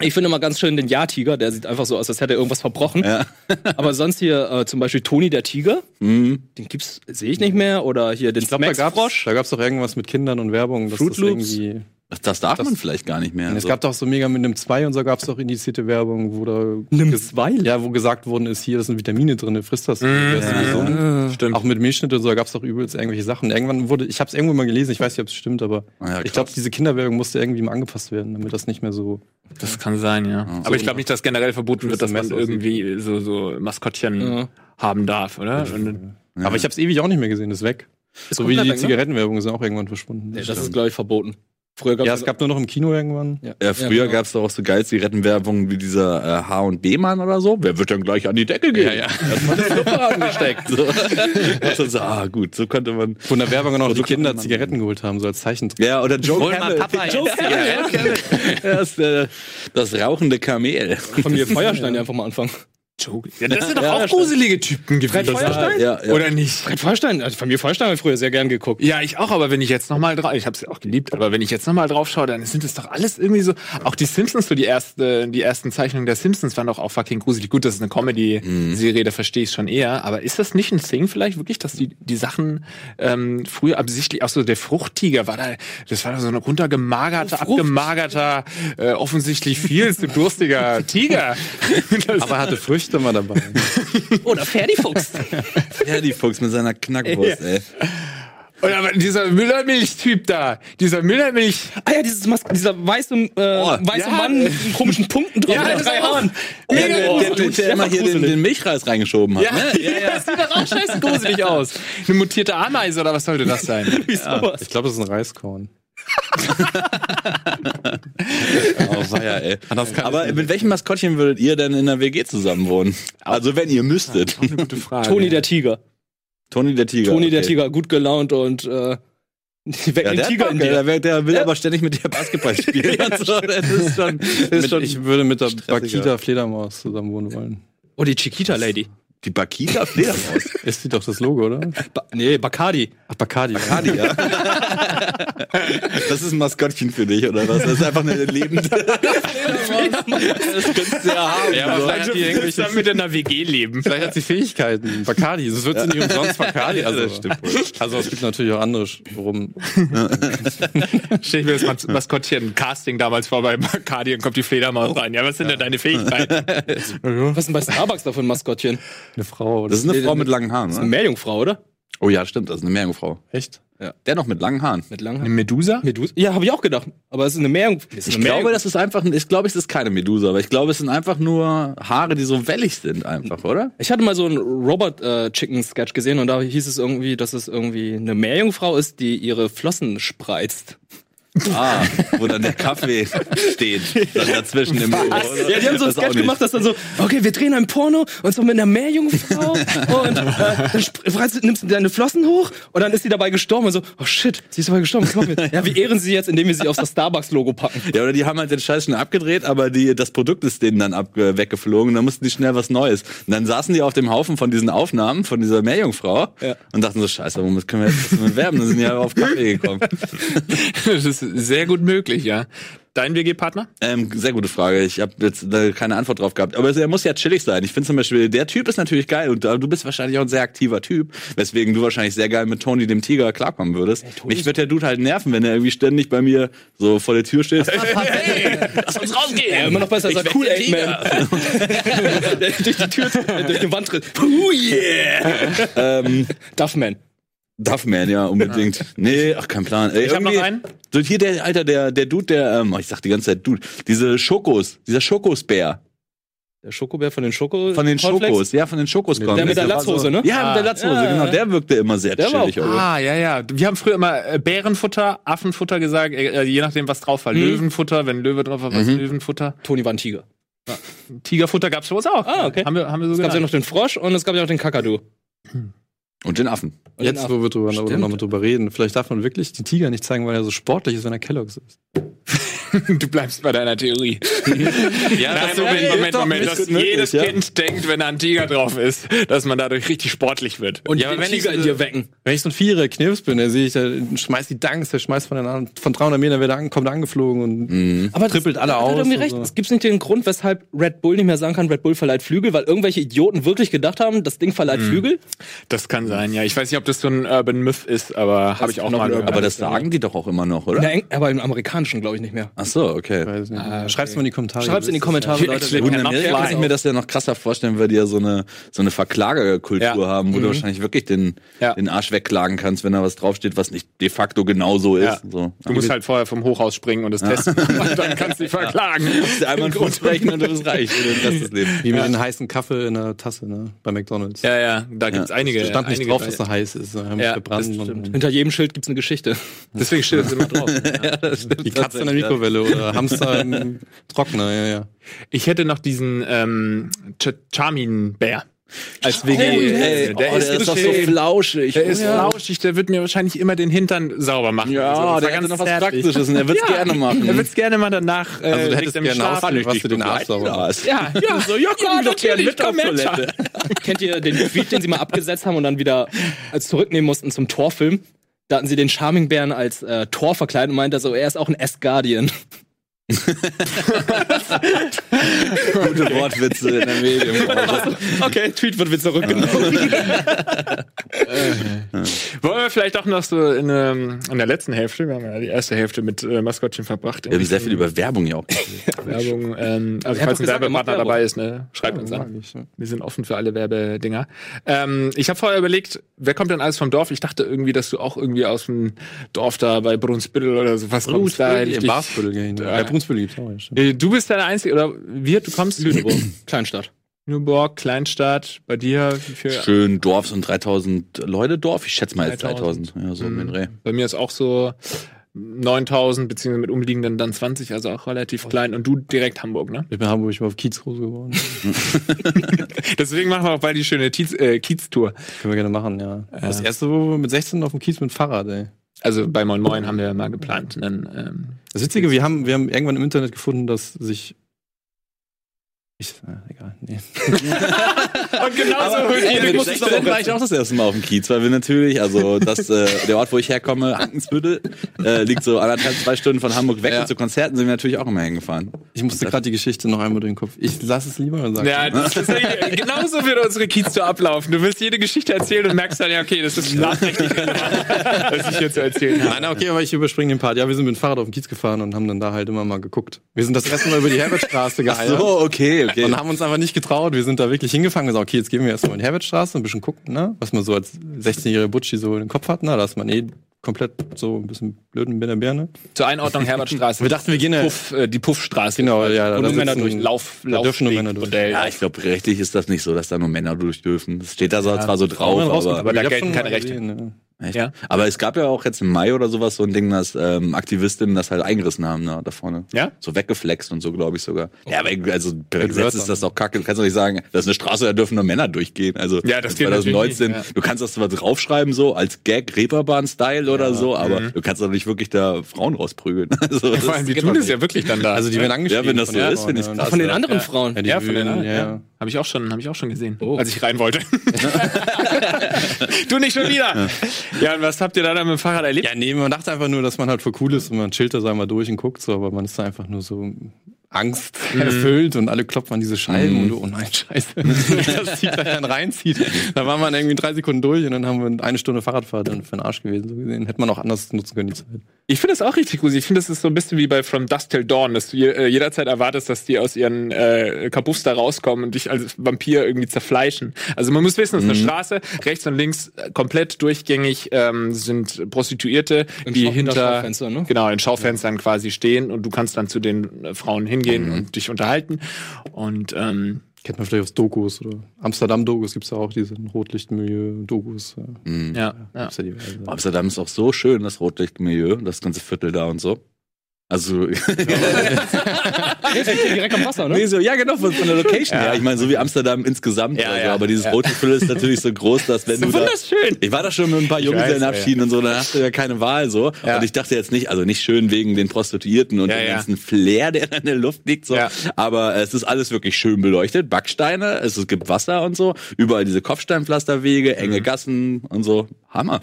Ich finde immer ganz schön den Ja-Tiger, der sieht einfach so aus, als hätte er irgendwas verbrochen. (laughs) Aber sonst hier äh, zum Beispiel Toni der Tiger, den gibt's, sehe ich nicht mehr. Oder hier den
Da
Smack
gab's, da gab's doch irgendwas mit Kindern und Werbung. dass
Fruit Loops?
irgendwie-
Das, das darf man vielleicht gar nicht mehr. Also,
Es gab doch so Mega mit einem 2 und so gab's doch indizierte Werbung, wo da
Nimm zwei.
ja, wo gesagt worden ist, hier, das sind Vitamine drin, frisst das. das ist gesund.
Stimmt.
Auch mit Milchschnitte und so, da gab es doch übelst irgendwelche Sachen. Irgendwann wurde, ich habe es irgendwo mal gelesen, ich weiß nicht, ob es stimmt, aber
Ah ja, krass.
ich glaube, diese Kinderwerbung musste irgendwie mal angepasst werden, damit das nicht mehr so.
Das kann sein, ja. Aber ich glaube nicht, dass generell verboten wird, dass man
Mess aussieht.
irgendwie so, so Maskottchen
Ja.
haben darf, oder? Und,
Aber ich habe es ewig auch nicht mehr gesehen, ist weg. so wie
komplett
die
weg, ne?
Zigarettenwerbung ist auch irgendwann verschwunden.
Nee, das ist, glaube ich, verboten. Früher
ja, es gab nur noch im Kino irgendwann.
Ja,
Ja, früher
genau.
gab's doch auch so geil Zigarettenwerbung wie dieser äh, H&B-Mann oder so. Wer wird dann gleich an die Decke gehen? Ja, ja. Das hat das Suppe angesteckt. So. Und dann so, ah, gut, so könnte man...
Wo in der Werbung noch die
so kann
Kinder
man-
Zigaretten geholt haben, so als Zeichen.
Ja, oder Joe
Hol mal
Camel. (laughs)
Papa
Joe
jetzt
Camel. Ja, Camel. Das, äh, das rauchende Kamel.
Von
(laughs)
mir Feuerstein die einfach mal anfangen.
ja, das sind doch auch gruselige Typen gewesen.
Feuerstein?
Ja, ja.
Oder nicht?
Fred Feuerstein, also von mir Feuerstein habe ich früher sehr gern geguckt.
Ja, ich auch, aber wenn ich jetzt nochmal drauf, ich hab's ja auch geliebt, aber wenn ich jetzt nochmal drauf schaue, dann sind es doch alles irgendwie so, auch die Simpsons, so die erste, die ersten Zeichnungen der Simpsons waren doch auch fucking gruselig. Gut, das ist eine Comedy-Serie, da verstehe ich schon eher, aber ist das nicht ein Thing vielleicht wirklich, dass die, die Sachen, ähm, früher absichtlich, auch so der Fruchttiger war da, das war doch so ein runtergemagerter, abgemagerter, äh, offensichtlich viel zu durstiger
(laughs)
Tiger. Das-
Aber er hatte Früchte mal (laughs) dabei.
Oder Ferdifuchs.
Ja, die Fuchs mit seiner Knackwurst, ey.
und aber dieser Müllermilch-Typ da, dieser Müllermilch,
ah ja, dieses Mas dieser weiße, äh, weiße
ja.
Mann mit den komischen Punkten drauf.
Ja,
mit
das
drei
auch.
Haaren.
Der, der,
genau.
der, der,
sehr
immer hier den,
gruselig.
den Milchreis reingeschoben hat. Ne?
ja, ja. Das sieht doch auch scheiße gruselig aus. Eine mutierte Ameise oder was sollte das sein?
Wie sowas.
Ich glaube, das ist ein Reiskorn.
Oh, weia, ey. Aber mit welchem Maskottchen würdet ihr denn in der WG zusammen wohnen? Also wenn ihr müsstet.
Gute Frage.
Toni der Tiger.
Toni der Tiger.
Toni der
genau. okay.
Tiger, gut gelaunt und äh, weg
Ja,
den
der,
Tiger
hat
in
Bock, ey.
dir.
der, will- der will aber ständig mit dir Basketball spielen. und (laughs) so. Das ist
(laughs)
schon, das ist
Mit,
schon
ich würde mit der
stressiger.
Bakita Fledermaus zusammen wohnen wollen.
Oh, die Chiquita Lady.
die Bakita Fledermaus.
Ist die doch das Logo,
(laughs)
oder?
Ba nee, Bacardi.
Ach, Bacardi.
Kadi, ja. Das ist ein Maskottchen für dich, oder was? Das ist einfach eine lebende Fledermaus. Das könntest du ja haben.
Ja, aber
so.
vielleicht hat die irgendwelche
mit in einer WG leben.
Vielleicht hat sie Fähigkeiten. Bacardi, das wird sie nicht umsonst Bacardi. Also,
das stimmt wohl.
also es gibt natürlich auch andere Sch- rum.
Stell ich mir das Mas- Maskottchen-Casting damals vor bei Bacardi und kommt die Fledermaus rein. Ja, was sind denn deine Fähigkeiten?
Was ist denn bei Starbucks davon Maskottchen?
Eine Frau oder
Das ist eine Frau mit langen Haaren, ne?
Meerjungfrau, oder?
Oh ja, stimmt, das ist eine Meerjungfrau.
echt?
Dennoch mit langen Haaren.
Mit langen
Eine Medusa?
Medusa? Ja, habe ich auch gedacht. Aber es ist eine Meerjungfrau.
Hm. Ich glaube, das ist einfach, ich glaube, es ist keine Medusa, aber ich glaube, es sind einfach nur Haare, die so wellig sind, einfach, oder?
Ich hatte mal so einen Robot-Chicken-Sketch gesehen und da hieß es irgendwie, dass es irgendwie eine Meerjungfrau ist, die ihre Flossen spreizt.
(laughs) Ah, wo dann der (laughs) Kaffee steht, dann dazwischen im Büro. oder?
Ja, die haben so einen
Das auch
Sketch
nicht.
gemacht, dass dann so, okay, wir drehen ein Porno und so mit einer Meerjungfrau und äh, dann sp- freist- nimmst du deine Flossen hoch und dann ist sie dabei gestorben und so, oh shit, sie ist dabei gestorben. was machen wir? Ja, wir ehren sie jetzt, indem wir sie auf das Starbucks-Logo packen. (laughs)
Ja, oder die haben halt den Scheiß schon abgedreht, aber die, das Produkt ist denen dann ab, äh, weggeflogen und dann mussten die schnell was Neues. Und dann saßen die auf dem Haufen von diesen Aufnahmen von dieser Meerjungfrau
Ja.
und dachten so, scheiße, womit können wir jetzt damit werben? Dann sind die ja auf Kaffee (laughs) gekommen.
Das ist sehr gut möglich, ja. Dein WG-Partner?
Ähm, sehr gute Frage. Ich habe jetzt da keine Antwort drauf gehabt. Aber er muss ja chillig sein. Ich finde zum Beispiel, der Typ ist natürlich geil und äh, du bist wahrscheinlich auch ein sehr aktiver Typ, weswegen du wahrscheinlich sehr geil mit Tony dem Tiger klarkommen würdest. Mich wird der Dude halt nerven, wenn er irgendwie ständig bei mir so vor der
(laughs)
Tür steht.
Lass uns rausgehen!
Ja, immer noch besser als
Ich
der
bin
cool
der
Aid Man. Der durch die Tür, äh, durch die Wand tritt. Puh, yeah! ähm, Duffman.
Darf man, ja, unbedingt. Nee, ach, kein Plan. Ey,
Ich hab noch
irgendwie-
einen.
So, hier der, Alter, der, der Dude, der, ähm, oh, ich sag die ganze Zeit Dude, diese Schokos, dieser Schokosbär.
Der Schokobär von den Schoko.
Von den
Cornflakes?
Schokos, ja, von den Schokos kommt.
der mit der Latzhose, ne?
Ja, mit der Latzhose,
Ja,
genau.
ja.
Der wirkte immer sehr
Der war
chillig, also. aber.
Ah, ja, ja. Wir haben früher immer äh, Bärenfutter, Affenfutter gesagt, äh, je nachdem, was drauf war. Löwenfutter, wenn Löwe drauf war, was Löwenfutter.
Toni war ein Tiger.
Tigerfutter gab's bei uns auch.
Ah, okay.
Haben wir, haben wir so
Es gab ja
genannt.
noch den Frosch und es gab ja noch den Kakadu. Und
Und den Affen.
den
Jetzt,
Affen.
wo wir drüber aber noch mal drüber reden, vielleicht darf man wirklich die Tiger nicht zeigen, weil er so sportlich ist, wenn er Kellogg's ist.
Du bleibst bei deiner (laughs) Theorie. ja,
nein,
das Moment,
nein,
Moment,
doch,
Moment,
ist
dass
gut
jedes
möglich, ja.
Kind denkt, wenn da ein Tiger drauf ist, dass man dadurch richtig sportlich wird.
Und
ja,
den
aber wenn ich
Tiger in dir wecken.
Wenn ich so ein Vierer Knirps bin, dann sehe ich, der schmeißt die Dunks, der schmeißt von, den, an- von 300 Metern, wer da an- kommt angeflogen und
Mhm.
Aber das-
Trippelt alle
er
aus
Hat irgendwie
und
recht.
so.
Es gibt nicht den Grund, weshalb Red Bull nicht mehr sagen kann, Red Bull verleiht Flügel, weil irgendwelche Idioten wirklich gedacht haben, das Ding verleiht Flügel.
Das kann sein, ja. Ich weiß nicht, ob das so ein Urban Myth ist, aber habe ich auch mal gehört.
Aber das sagen die doch auch immer noch,
In
oder?
der Eng- aber im amerikanischen glaube ich nicht mehr.
Ach so, okay.
weiß nicht. Schreib's mal in die Kommentare.
Ah, Schreib's in die Kommentare,
You
Leute.
actually
Gut, in
cannot
Amerika kann ich
fly.
mir das ja noch krasser vorstellen, weil die ja so eine, so eine Verklagerkultur
Ja. Mhm.
haben, wo du wahrscheinlich wirklich den,
Ja.
den Arsch wegklagen kannst, wenn da was draufsteht, was nicht de facto genau so ist.
Ja.
So.
Du musst halt vorher vom Hochhaus springen und das
(laughs)
testen. Und dann kannst du dich verklagen.
musst
(laughs)
einmal einen Fuß brechen und du bist reich für den Rest des Lebens.
Wie mit dem heißen Kaffee in der Tasse, ne? Bei McDonalds.
Ja, ja, da gibt's einige.
Da stand nicht
einige
drauf, dass er heiß ist. Da haben
Ja,
mich gebrannt. Und
Hinter jedem Schild gibt's eine Geschichte.
Deswegen steht das immer
(laughs)
drauf.
die Katze in der Mikrowelle oder Hamster im Trockner, ja, ja.
Ich hätte noch diesen ähm, Ch Charmin-Bär. Als WG.
Ey,
Äh,
der, oh, ist, der ist doch so
geschält.
flauschig.
Der ist flauschig, der wird mir wahrscheinlich immer den Hintern sauber machen.
Ja,
Also, das
der
war
hätte
ganz
noch was
zärtlich.
Praktisches und er wird's
Ja,
gerne machen.
Er wird's gerne mal danach. Äh,
Also du
legt
hättest
er im
gerne
Schlaf
Ausblick,
an.
was du den Arsch sauber machst.
(laughs)
Ja, ja, so, ja,
komm doch gerne mit auf
her.
Toilette.
(laughs) Kennt ihr den Tweet, den sie mal abgesetzt haben und dann wieder als zurücknehmen mussten zum Torfilm? Da hatten sie den Charming-Bären als äh, Tor verkleidet und meinte so, er ist auch
(laughs)
ein S-Guardian.
Gute Wortwitze in der Medium.
Okay, Tweet wird wieder zurückgenommen.
Wollen wir vielleicht auch noch so in, ähm, in der letzten Hälfte, wir haben ja die erste Hälfte mit äh, Maskottchen verbracht.
Wir haben sehr viel über Werbung ja auch.
Werbung. Ähm, also
Er hat
falls ein
doch gesagt, er
Werbepartner
macht Werbung.
dabei ist, ne, schreibt uns an. Wir sind offen für alle Werbedinger. Ähm, ich habe vorher überlegt, wer kommt denn alles vom Dorf? Ich dachte irgendwie, dass du auch irgendwie aus dem Dorf da bei Brunsbüttel oder so was kommst. Da, hätte ich
Im
dich-
Barsbüttel gehen. Bei Brunsbüttel gibt's auch einen. stimmt.
Äh, du bist ja der Einzige, oder wir, du kommst Lüneburg.
(laughs) Kleinstadt.
Lüneburg, Kleinstadt, bei dir, wie viel?
Schön Dorf, so ein 3000 Leute Dorf. Ich schätze mal jetzt
3000.
3000. Ja, so um den Dreh.
Bei mir ist auch so 9000, beziehungsweise mit umliegenden dann 20, also auch relativ klein. Und du direkt Hamburg, ne?
Ich bin in Hamburg, ich bin auf Kiez groß geworden.
Deswegen machen wir auch bald die schöne Kiez, äh, Kiez-Tour.
Können wir gerne machen, ja. Das erste, wo wir mit 16 auf dem Kiez mit dem Fahrrad, ey.
Also bei Moin Moin haben wir ja mal geplant. Einen, ähm,
Das Witzige, wir haben, wir haben irgendwann im Internet gefunden, dass sich. Ich, na, egal, nee.
Und genau genauso
Also, Ey, wir mussten aber gleich auch das erste Mal auf dem Kiez, weil wir natürlich, also das, äh, der Ort, wo ich herkomme, (laughs) Hankensbüttel, äh, liegt so anderthalb, zwei Stunden von Hamburg weg und zu Konzerten sind wir natürlich auch immer hingefahren.
Ich musste gerade die Geschichte noch einmal durch den Kopf. Ich lass es lieber und sag.
Ja, das ist, eigentlich- genauso wird unsere Kiez-Tour ablaufen. Du willst jede Geschichte erzählen und merkst dann, ja, okay, das ist nachträglich, relevant, was ich hier zu erzählen habe.
Nein, okay, aber ich überspringe den Part. Ja, wir sind mit dem Fahrrad auf den Kiez gefahren und haben dann da halt immer mal geguckt. Wir sind das erste Mal über die Herbertstraße
Ach
geeiert.
so, okay, okay.
Und haben uns einfach nicht getraut. Wir sind da wirklich hingefangen und gesagt, okay, jetzt gehen wir erstmal in die Herbertstraße ein bisschen gucken, ne? Was man so als 16-jähriger Butschi so in den Kopf hat, ne? Da ist man eh komplett so ein bisschen blöden mit der Birne.
Zur Einordnung Herbertstraße.
Wir dachten, wir gehen ja-
Puff, äh, die Puffstraße.
Genau, ja,
Da
da
nur Männer
sitzen-
durch. Lauf,
da dürfen nur Männer durch.
Modell.
Ja, ich glaube, rechtlich ist das nicht so, dass da nur Männer durch dürfen. Das steht da so- zwar so drauf, aber,
aber da
Ich hab's
gelten
schon mal
keine Rechte.
gesehen, ne. ja.
echt.
Ja.
aber es gab ja auch jetzt im Mai oder sowas so ein Ding, dass ähm, Aktivistinnen das halt eingerissen haben da, da vorne.
Ja?
So weggeflext und so, glaube ich sogar. Ja, aber also per Gesetz
Wörtern.
ist das doch kacke. Du kannst doch nicht sagen, das ist eine Straße, da dürfen nur Männer durchgehen. Also
Ja, das geht natürlich nicht, ja.
du kannst das zwar draufschreiben, so als Gag, Reeperbahn-Style oder so, aber du kannst doch nicht wirklich da Frauen rausprügeln. (laughs) Also,
mhm. Vor allem, die
geht
tun
doch
das ja wirklich dann da.
Also die werden angeschrieben.
Ja, wenn das
von
so
den
ist, finde ich
Frauen,
krass.
Von den
ja.
anderen
Also, Ja.
Frauen.
Ja, die
ja, von
Wühlen,
den
ja.
anderen, ja. Habe ich auch schon, habe ich auch schon gesehen, als ich rein wollte. du nicht schon wieder. Ja, und was habt ihr da dann mit dem Fahrrad erlebt?
Ja, nee, man dachte einfach nur, dass man halt voll cool ist und man chillt da so einmal durch und guckt so, aber man ist da einfach nur so Angst erfüllt und alle klopfen an diese Scheiben und du, oh nein, scheiße, (laughs) dass die gleich dann reinzieht. Da waren wir dann irgendwie drei Sekunden durch und dann haben wir eine Stunde Fahrradfahrt dann für den Arsch gewesen. So gesehen. Hätte man auch anders nutzen können, die Zeit.
Ich finde das auch richtig gruselig. Ich finde, das ist so ein bisschen wie bei From Dust Till Dawn, dass du je- äh, jederzeit erwartest, dass die aus ihren äh, Kabuffs da rauskommen und dich als Vampir irgendwie zerfleischen. Also man muss wissen, es ist eine
Mhm.
Straße, rechts und links äh, komplett durchgängig ähm, sind Prostituierte,
Im
die
Schau- hinter
hinter
Schaufenstern, ne?
genau in Schaufenstern quasi stehen und du kannst dann zu den äh, Frauen hingehen
Mhm.
und dich unterhalten und ähm,
Kennt man vielleicht aus Dokus oder Amsterdam-Dokus gibt's ja auch, diese Rotlichtmilieu-Dokus. Ja.
Mhm.
ja, ja.
Gibt's ja diverse.
Genau.
Amsterdam ist auch so schön, das Rotlichtmilieu, das ganze Viertel da und so. Also, (laughs)
Direkt am Wasser,
nee,
ne?
so, ja, genau, von, von der Location her. Ich meine, so wie Amsterdam insgesamt.
Ja,
also,
ja.
Aber dieses
Ja.
rote Viertel ist natürlich so groß, dass wenn du. Da,
wunderschön.
ich war da schon mit ein paar Junggesellenabschieden und so, dann hast du ja keine Wahl so.
Ja.
Und ich dachte jetzt nicht, also nicht schön wegen den Prostituierten und
Ja,
dem
ja.
ganzen Flair, der da in der Luft liegt. So.
Ja.
Aber es ist alles wirklich schön beleuchtet. Backsteine, es ist- gibt Wasser und so. Überall diese Kopfsteinpflasterwege,
Mhm.
enge Gassen und so. Hammer.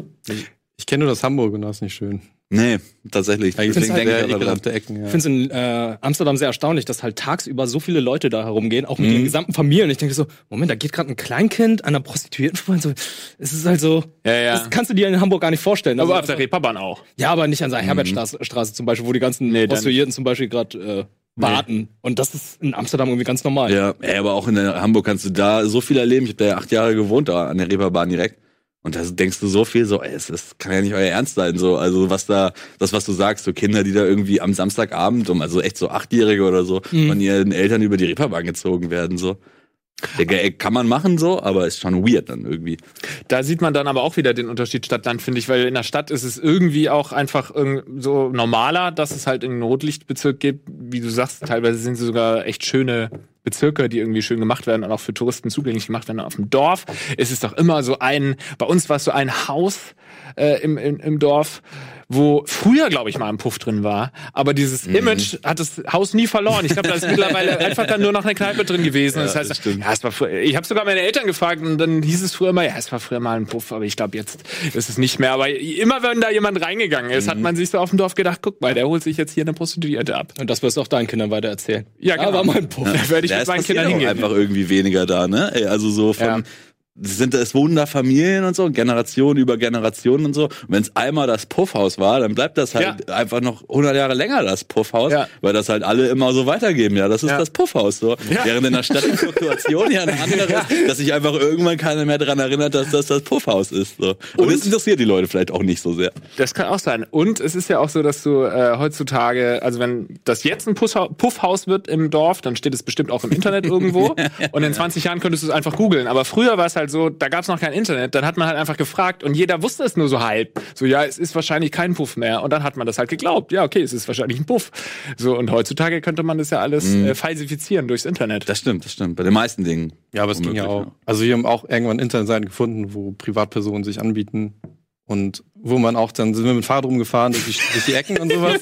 Ich kenne nur das Hamburg und das ist nicht schön.
Nee, tatsächlich. Deswegen denke ich
sehr
auch daran.
ekelhafte Ecken. Ja.
Ich finde es in äh, Amsterdam sehr erstaunlich, dass halt tagsüber so viele Leute da herumgehen, auch
Mhm.
mit den gesamten Familien. Ich denke so, Moment, da geht gerade ein Kleinkind an einer Prostituierten vorbei. und So, es ist halt so,
Ja, ja.
das kannst du dir in Hamburg gar nicht vorstellen.
Aber auf
Also-
der Reeperbahn auch.
Ja, aber nicht an der Herbertstraße Straße zum Beispiel, wo die ganzen
Nee, dann-
Prostituierten zum Beispiel gerade äh, warten. Und das ist in Amsterdam irgendwie ganz normal.
Ja, ey, aber auch in der Hamburg kannst du da so viel erleben. Ich habe da ja acht Jahre gewohnt, da an der Reeperbahn direkt. Und da denkst du so viel, so, ey, es- das kann ja nicht euer Ernst sein, so. Also, was da, das, was du sagst, so Kinder, die da irgendwie am Samstagabend um, also echt so Achtjährige oder so, von ihren Eltern über die Reeperbahn gezogen werden, so. Digga, ey, kann man machen, so, aber ist schon weird dann irgendwie.
Da sieht man dann aber auch wieder den Unterschied Stadt-Land, finde ich, weil in der Stadt ist es irgendwie auch einfach irg- so normaler, dass es halt irgendeinen Rotlichtbezirk gibt. Wie du sagst, teilweise sind sie sogar echt schöne Bezirke, die irgendwie schön gemacht werden und auch für Touristen zugänglich gemacht werden. Auf dem Dorf ist es doch immer so ein, bei uns war es so ein Haus äh, im, im, im Dorf, wo früher, glaube ich, mal ein Puff drin war. Aber dieses
Mhm.
Image hat das Haus nie verloren. Ich glaube, da ist
(laughs)
mittlerweile einfach dann nur noch eine Kneipe drin gewesen. das heißt,
das stimmt.
ja, es war früher, ich habe sogar meine Eltern gefragt und dann hieß es früher mal, ja, es war früher mal ein Puff, aber ich glaube, jetzt ist es nicht mehr. Aber immer wenn da jemand reingegangen ist,
Mhm.
hat man sich so auf dem Dorf gedacht, guck mal, der holt sich jetzt hier eine Prostituierte ab.
Und das wirst du auch deinen Kindern weiter erzählen.
Ja, genau.
Aber mein Puff.
Da werde ich
Ja,
mit
es
meinen
passiert
Kindern
auch
hingehen.
einfach irgendwie weniger da, ne? Ey, also so von
Ja.
sind da es wohnen da Familien und so, Generationen über Generationen und so. Und wenn es einmal das Puffhaus war, dann bleibt das halt einfach noch 100 Jahre länger das Puffhaus,
Ja.
weil das halt alle immer so weitergeben. Ja, das ist
Ja.
das Puffhaus so. Während in der Stadt die Fluktuation ja eine andere ist, dass sich einfach irgendwann keiner mehr daran erinnert, dass das das Puffhaus ist. So. Und, das interessiert die Leute vielleicht auch nicht so sehr.
Das kann auch sein. Und es ist ja auch so, dass du äh, heutzutage, also wenn das jetzt ein Pussha- Puffhaus wird im Dorf, dann steht es bestimmt auch im Internet irgendwo.
(laughs)
und in 20 Jahren könntest du es einfach googeln. Aber früher war es halt so, da gab es noch kein Internet, dann hat man halt einfach gefragt und jeder wusste es nur so halb. So, ja, es ist wahrscheinlich kein Puff mehr. Und dann hat man das halt geglaubt. Ja, okay, es ist wahrscheinlich ein Puff. So, und heutzutage könnte man das ja alles
Mhm.
äh, falsifizieren durchs Internet.
Das stimmt, das stimmt. Bei den meisten Dingen.
Ja, aber es ging ja auch.
Womöglich,
Also wir haben auch irgendwann Internetseiten gefunden, wo Privatpersonen sich anbieten und wo man auch dann sind wir mit dem Fahrrad rumgefahren durch die, durch die Ecken und sowas.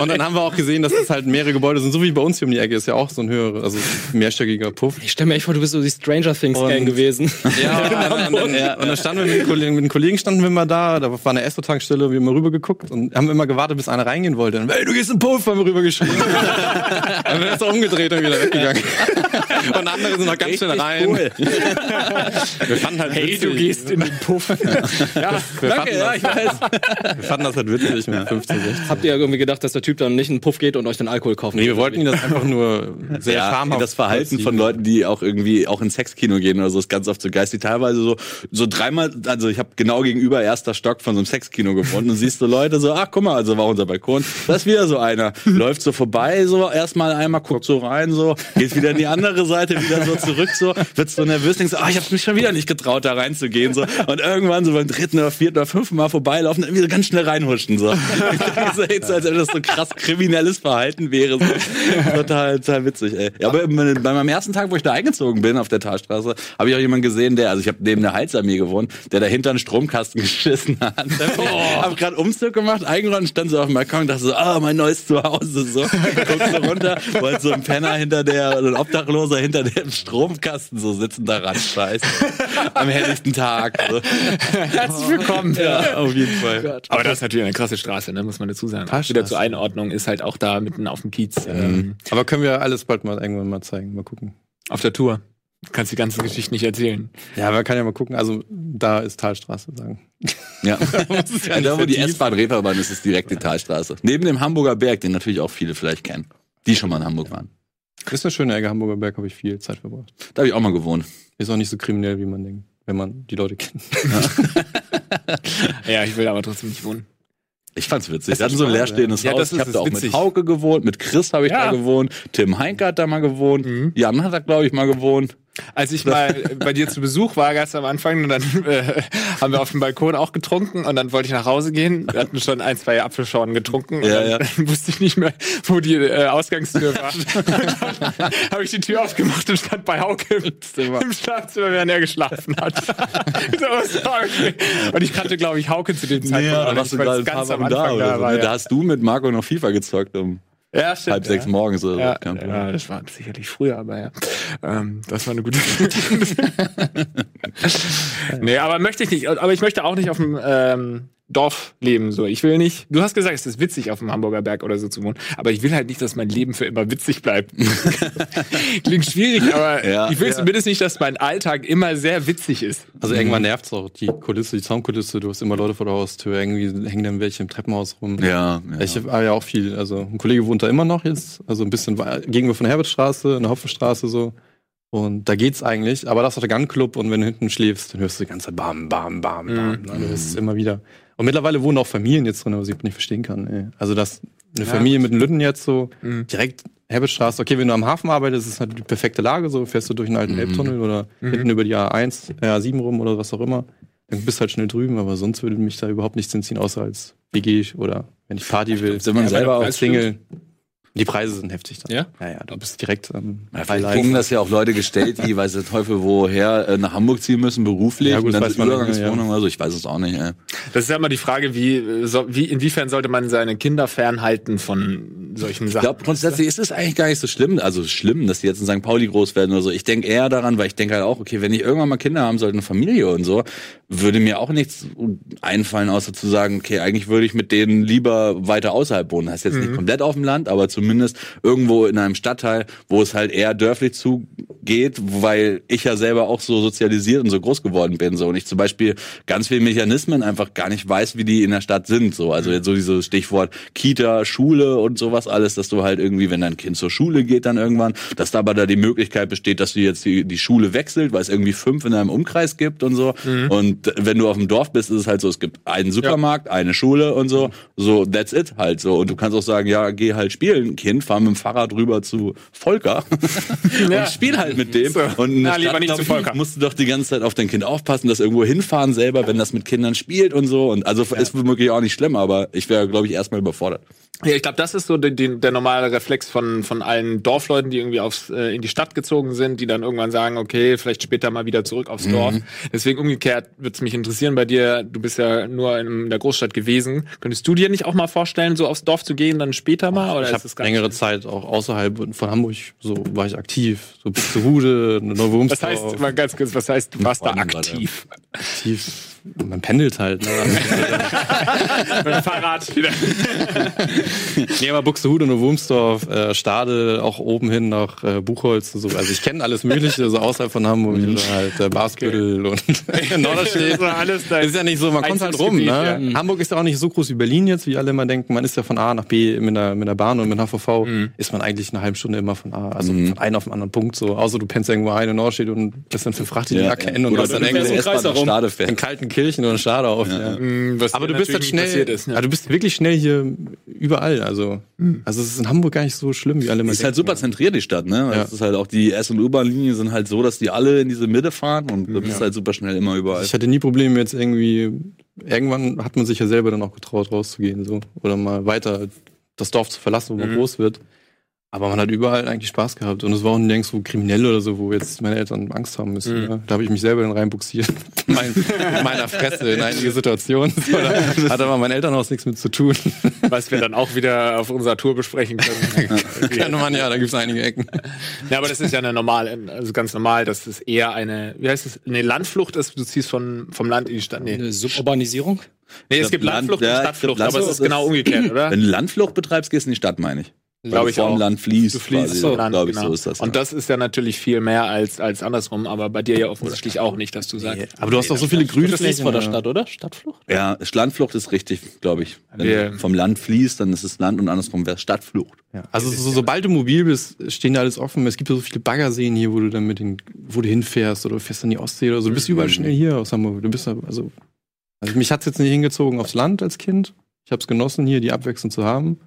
und dann haben wir auch gesehen, dass es halt mehrere Gebäude sind, so wie bei uns hier um die Ecke ist ja auch so ein höherer, also mehrstöckiger Puff.
Ich stelle mir echt vor, du bist so die Stranger Things
Und-
Gang
(laughs)
gewesen.
Ja, genau. und dann, und dann, und dann standen wir mit den Kollegen, mit den Kollegen standen wir mal da, da war eine Esso-Tankstelle, wir haben mal rübergeguckt und haben immer gewartet, bis einer reingehen wollte. Und, hey, du gehst in den Puff, haben wir rübergeschrieben. (laughs) und dann ist er umgedreht und wieder weggegangen. und andere sind noch ganz schnell rein. Wir fanden halt
Hey, du gehst in den
(laughs)
Puff. ja,
wir fanden das, Wir fanden das halt witzig mit 15, 16.
Habt ihr irgendwie gedacht, dass der Typ dann nicht in den Puff geht und euch den Alkohol kauft?
Nee, wir wollten ihn das einfach nur sehr
ja,
schamhaft.
Das Verhalten von Leuten, die auch irgendwie auch ins Sexkino gehen oder so, ist ganz oft so geistig. Teilweise so, so dreimal, also ich habe genau gegenüber erster Stock von so einem Sexkino gewohnt und siehst du Leute so, ach guck mal, also war unser Balkon, da ist wieder so einer, läuft so vorbei, so erstmal einmal, guckt so rein, so, geht wieder in die andere Seite, wieder so zurück, so, wird so nervös, denkst, ah, ich habe mich schon wieder nicht getraut, da reinzugehen, so. Und irgendwann so beim dritten oder vierten oder fünften Mal vorbeilaufen, dann wieder ganz schnell reinhuschen, so. (laughs) so jetzt, als ob das so krass kriminelles Verhalten wäre, so. Total, total witzig, ey. Ja, aber bei bei meinem ersten Tag, wo ich da eingezogen bin, auf der Talstraße, habe ich auch jemanden gesehen, der, also ich habe neben der Heizarmee gewohnt, der dahinter einen Stromkasten (laughs) geschissen hat. Oh. Hab gerade Umzug gemacht, eingeräumt, stand so auf dem Balkon und dachte so, ah, mein neues Zuhause, so. Guckst so runter, wollte so ein Penner hinter der, oder ein Obdachloser hinter dem Stromkasten so sitzen, daran scheiße. Am helllichten Tag, so.
herzlich willkommen. Oh
Ja,
auf jeden Fall.
Aber das ist natürlich eine krasse Straße, ne? muss man dazu sagen.
Paar
Wieder zur
Straßen.
Einordnung ist halt auch da mitten auf dem Kiez. Ähm,
Aber können wir alles bald mal irgendwann mal zeigen, mal gucken.
auf der Tour. Kannst die ganzen Geschichten nicht erzählen.
Ja, man kann ja mal gucken. Also da ist Talstraße sagen.
(laughs)
ja
Ja. ja,
nicht
da, wo die
vertiefen.
S-Bahn Reeperbahn ist, ist direkt die Talstraße. Neben dem Hamburger Berg, den natürlich auch viele vielleicht kennen, die schon mal in Hamburg waren.
Ist eine schöne Ecke, Hamburger Berg habe ich viel Zeit verbracht.
Da habe ich auch mal gewohnt.
Ist auch nicht so kriminell, wie man denkt, wenn man die Leute kennt.
Ja, ich will aber trotzdem nicht wohnen.
Ich fand's witzig.
Das
Wir hatten so ein
ist spannend,
leerstehendes
ja. Ja,
Haus.
das
Ich
ist-
habe da auch
ist witzig.
mit Hauke gewohnt, mit Chris habe ich
Ja. Mhm.
da gewohnt, Tim Heinke hat da mal gewohnt, Jan hat da, glaube ich, mal gewohnt.
Als ich mal äh, bei dir zu Besuch war, ganz am Anfang, und dann äh, haben wir auf dem Balkon auch getrunken und dann wollte ich nach Hause gehen. Wir hatten schon ein, zwei Apfelschorlen getrunken und
Ja,
dann,
ja.
dann (laughs) wusste ich nicht mehr, wo die äh, Ausgangstür
(laughs)
war. Und dann habe ich die Tür aufgemacht und stand bei Hauke im, im Schlafzimmer, während er geschlafen hat. (laughs) so, sorry. Und ich kannte, glaube ich, Hauke zu dem Zeitpunkt noch
Ja, da
nicht,
warst du
weil
gerade
es
ein paar
ganz am
Wochen da
Anfang da,
oder so.
war.
ne? Da
ja.
hast du mit Marco noch FIFA gezockt um
Ja, stimmt,
halb sechs
ja.
morgens oder so.
Ja,
Kein Problem.
ja, das war sicherlich früher, aber ja. Ähm, das war eine gute (laughs) Nee, aber möchte ich nicht. Aber ich möchte auch nicht auf dem ähm, Dorf leben. So, ich will nicht. Du hast gesagt, es ist witzig, auf dem Hamburger Berg oder so zu wohnen. Aber ich will halt nicht, dass mein Leben für immer witzig (laughs) bleibt. Klingt schwierig, aber
Ja,
ich will
ja.
zumindest nicht, dass mein Alltag immer sehr witzig ist.
Also irgendwann nervt's auch. Die Kulisse, die Soundkulisse, du hast immer Leute vor der Haustür, irgendwie hängen dann welche im Treppenhaus rum.
Ja, ja.
Ich habe ja auch viel, also ein Kollege wohnt da immer noch jetzt, also ein bisschen wei- gegenüber von der Herbertstraße, in der Hopfenstraße so. Und da geht's eigentlich, aber das ist auch der Gun-Club und wenn du hinten schläfst, dann hörst du die ganze Zeit Bam, Bam, Bam, Bam.
Mhm.
ne? Du hörst es immer wieder. Und mittlerweile wohnen auch Familien jetzt drin, was ich nicht verstehen kann. Ey. Also das eine Familie mit den Lütten jetzt so,
Mhm.
direkt Herbertstraße, okay, wenn du am Hafen arbeitest, ist halt die perfekte Lage, so fährst du durch einen alten
Mhm.
Elbtunnel oder hinten über die A1, äh, A7 rum oder was auch immer. Dann bist du halt schnell drüben, aber sonst würde mich da überhaupt nichts hinziehen, außer als WG oder wenn ich Party will.
wenn man
Ja,
selber
aber
auch
als Single. Die Preise sind heftig dann.
Ja?
Ja, ja, du bist direkt am
Ja,
High
vielleicht
Life.
kriegen das ja auch Leute gestellt, die weiß der Teufel woher äh, nach Hamburg ziehen müssen, beruflich
Ja, gut,
und dann
das
zur
weiß man nicht, ja.
Übergangswohnung oder so. also Ich weiß es auch nicht. Ey.
Das ist ja immer die Frage, wie, äh, so, wie inwiefern sollte man seine Kinder fernhalten von solchen
Ich
Sachen.
glaube, grundsätzlich ist es eigentlich gar nicht so schlimm, also schlimm, dass die jetzt in St. Pauli groß werden oder so. Ich denke eher daran, weil ich denke halt auch, okay, wenn ich irgendwann mal Kinder haben sollte, eine Familie und so, würde mir auch nichts einfallen, außer zu sagen, okay, eigentlich würde ich mit denen lieber weiter außerhalb wohnen. Das heißt jetzt nicht komplett auf dem Land, aber zumindest irgendwo in einem Stadtteil, wo es halt eher dörflich zugeht, weil ich ja selber auch so sozialisiert und so groß geworden bin. So. Und ich zum Beispiel ganz viele Mechanismen einfach gar nicht weiß, wie die in der Stadt sind. So. Also jetzt so dieses Stichwort Kita, Schule und sowas alles, dass du halt irgendwie, wenn dein Kind zur Schule geht dann irgendwann, dass da aber da die Möglichkeit besteht, dass du jetzt die, die Schule wechselt, weil es irgendwie fünf in deinem Umkreis gibt und so. Und wenn du auf dem Dorf bist, ist es halt so, es gibt einen Supermarkt, eine Schule und so. So, that's it halt so. Und du kannst auch sagen, ja, geh halt spielen, Kind, fahr mit dem Fahrrad rüber zu Volker und spiel halt mit dem. Und in der
Na, lieber
Stadt,
nicht
glaub
zu
ich,
Volker.
musst du doch die ganze Zeit auf dein Kind aufpassen, das irgendwo hinfahren selber, wenn das mit Kindern spielt und so. Und also ist womöglich auch nicht schlimm, aber ich wäre, glaube ich, erstmal überfordert.
Ja, ich glaube, das ist so die, die, der normale Reflex von, von allen Dorfleuten, die irgendwie aufs, äh, in die Stadt gezogen sind, die dann irgendwann sagen, okay, vielleicht später mal wieder zurück
Mhm.
aufs Dorf. Deswegen umgekehrt wird's mich interessieren bei dir, du bist ja nur in der Großstadt gewesen. Könntest du dir nicht auch mal vorstellen, so aufs Dorf zu gehen, dann später mal? Oder
Ich
ist das
habe
gar
längere Zeit auch außerhalb von Hamburg, so war ich aktiv, so bis zu Hude, Neuwurmsdorf.
Was heißt, mal ganz kurz, was heißt, du warst da
Freundin gerade.
(laughs)
aktiv?
aktiv? Man pendelt halt. Ne?
Mit dem Fahrrad wieder.
nee, aber Buxtehude, Neuwurmsdorf, äh, Stade, auch oben hin nach äh, Buchholz und so. Also ich kenne alles Mögliche, so außerhalb von Hamburg, oder halt äh, Basbüttel und (laughs) Norderstedt.
Mhm. So alles da.
ist ja nicht so, man kommt halt rum. Ne?
Mhm.
Einzugsgebiet,
Hamburg ist ja auch nicht so groß wie Berlin jetzt, wie alle immer denken. Man ist ja von A nach B mit der, mit der Bahn und mit HVV
Mhm.
ist man eigentlich eine halbe Stunde immer von A, also
Mhm.
von einem auf den anderen Punkt so. Außer du pennst irgendwo ein in Nordschied und bist dann für Fracht in die Jacke hin und
Oder
hast dann
du fährst
irgendwo
im Kreis herum. Stade
in
fährst.
kalten Kirchen oder in Stadau. Ja.
Mhm, Was
Aber
dir
du bist halt
natürlich nie
schnell,
passiert Ist, ne?
ja, du bist wirklich schnell hier überall. Also,
Hm.
also es ist in Hamburg gar nicht so schlimm, wie alle immer
Ist halt super zentriert, die Stadt,
Ja.
ne? Das ist halt auch die S- und U-Bahn-Linien sind halt so, dass die alle in diese Mitte fahren und
Mhm.
du bist halt super schnell immer überall.
Ich hatte nie Probleme jetzt irgendwie. Irgendwann hat man sich
Mhm.
ja selber dann auch getraut, rauszugehen so oder mal weiter das Dorf zu verlassen, wo man groß wird. Aber man hat überall eigentlich Spaß gehabt. Und es war auch nirgends so kriminell oder so, wo jetzt meine Eltern Angst haben müssen.
Mhm.
Ja. Da habe ich mich selber dann reinbuxiert. (laughs) mein, mit meiner Fresse in einige
(laughs)
Situationen. So, da hat aber mein Elternhaus nichts mit zu tun.
was wir dann auch wieder auf unserer Tour besprechen
(laughs)
können.
Kann man ja, (laughs) da gibt es einige Ecken.
ja, aber das ist ja eine normal, also ganz normal, dass es eher eine, wie heißt es, eine Landflucht ist, du ziehst von, vom Land in die Stadt. Nee,
Eine Suburbanisierung?
nee es
glaub,
gibt
Land-
Landflucht
ja,
und
ich
Stadtflucht,
glaub,
aber es
Landflucht
ist genau
ist-
umgefährt, oder?
Wenn du Landflucht betreibst, gehst du in die Stadt, meine ich.
Glaub
Weil
ich
du vom
auch.
Land fließt.
Du fliehst
quasi.
so, genau.
Glaub ich, so ist das.
Und das ist ja natürlich viel mehr als, als andersrum, aber bei dir ja offensichtlich auch nicht, dass du sagst.
Aber du hast doch so viele grüne
Das ist
Flächen.
vor der Stadt, oder? Stadtflucht?
ja, Landflucht ist richtig, glaube ich. Wenn
Wir-
du vom Land fließt, dann ist es Land und andersrum wäre es Stadtflucht.
Ja. Also so, sobald du mobil bist, stehen da alles offen. Es gibt ja so viele Baggerseen hier, wo du dann mit den, wo du hinfährst oder du fährst an die Ostsee oder so. Du bist überall schnell hier aus Hamburg. Du bist da- also, also mich hat's jetzt nicht hingezogen aufs Land als Kind. Ich habe es genossen, hier die Abwechslung zu haben.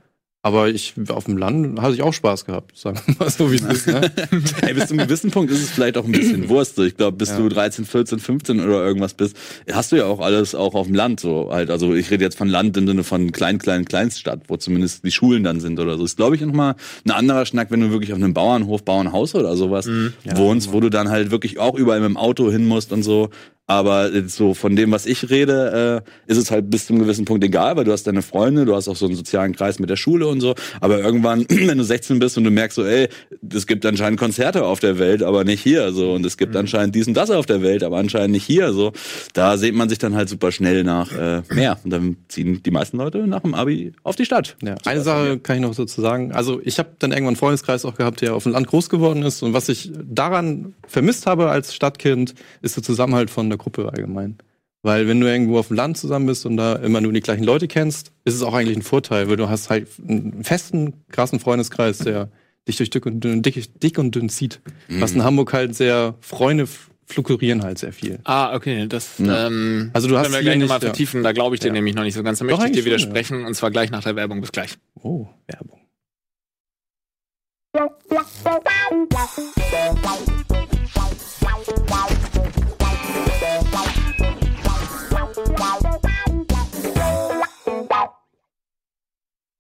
Aber ich auf dem Land hatte ich auch Spaß gehabt, sagen wir mal so wie es ist. Ne?
(laughs) Ey, bis zu einem gewissen Punkt ist es vielleicht auch ein bisschen Wurst. so. Ich glaube, bis du 13, 14, 15 oder irgendwas bist, hast du ja auch alles auch auf dem Land so halt. Also ich rede jetzt von Land im Sinne von klein, klein, Kleinstadt, wo zumindest die Schulen dann sind oder so. Ist glaube ich nochmal ein anderer Schnack, wenn du wirklich auf einem Bauernhof, Bauernhaus oder sowas wohnst, wo du dann halt wirklich auch überall mit dem Auto hin musst und so. Aber jetzt so von dem, was ich rede, äh, ist es halt bis zu einem gewissen Punkt egal, weil du hast deine Freunde, du hast auch so einen sozialen Kreis mit der Schule und so. Aber irgendwann, (clears throat) wenn du 16 bist und du merkst so, ey, es gibt anscheinend Konzerte auf der Welt, aber nicht hier so. Und es gibt anscheinend dies und das auf der Welt, aber anscheinend nicht hier so. Da sehnt man sich dann halt super schnell nach äh, mehr. Und dann ziehen die meisten Leute nach dem Abi auf die Stadt.
Ja, eine Sache kann ich noch dazu sagen. Also ich habe dann irgendwann einen Freundeskreis auch gehabt, der auf dem Land groß geworden ist. Und was ich daran vermisst habe als Stadtkind, ist der Zusammenhalt von der Gruppe allgemein. Weil wenn du irgendwo auf dem Land zusammen bist und da immer nur die gleichen Leute kennst, ist es auch eigentlich ein Vorteil, weil du hast halt einen festen, krassen Freundeskreis, der dich durch dick und dünn, dick, dick und dünn zieht. Was in Hamburg halt sehr, Freunde f- fluktuieren halt sehr viel.
Ah, okay, das ähm,
Also du hast
können wir
hier
gleich
nicht,
nochmal
ja.
vertiefen, da glaube ich dir
Ja.
nämlich noch nicht so ganz. Da möchte ich
eigentlich
dir
schon,
widersprechen und zwar gleich nach der Werbung. Bis gleich.
Oh, Werbung.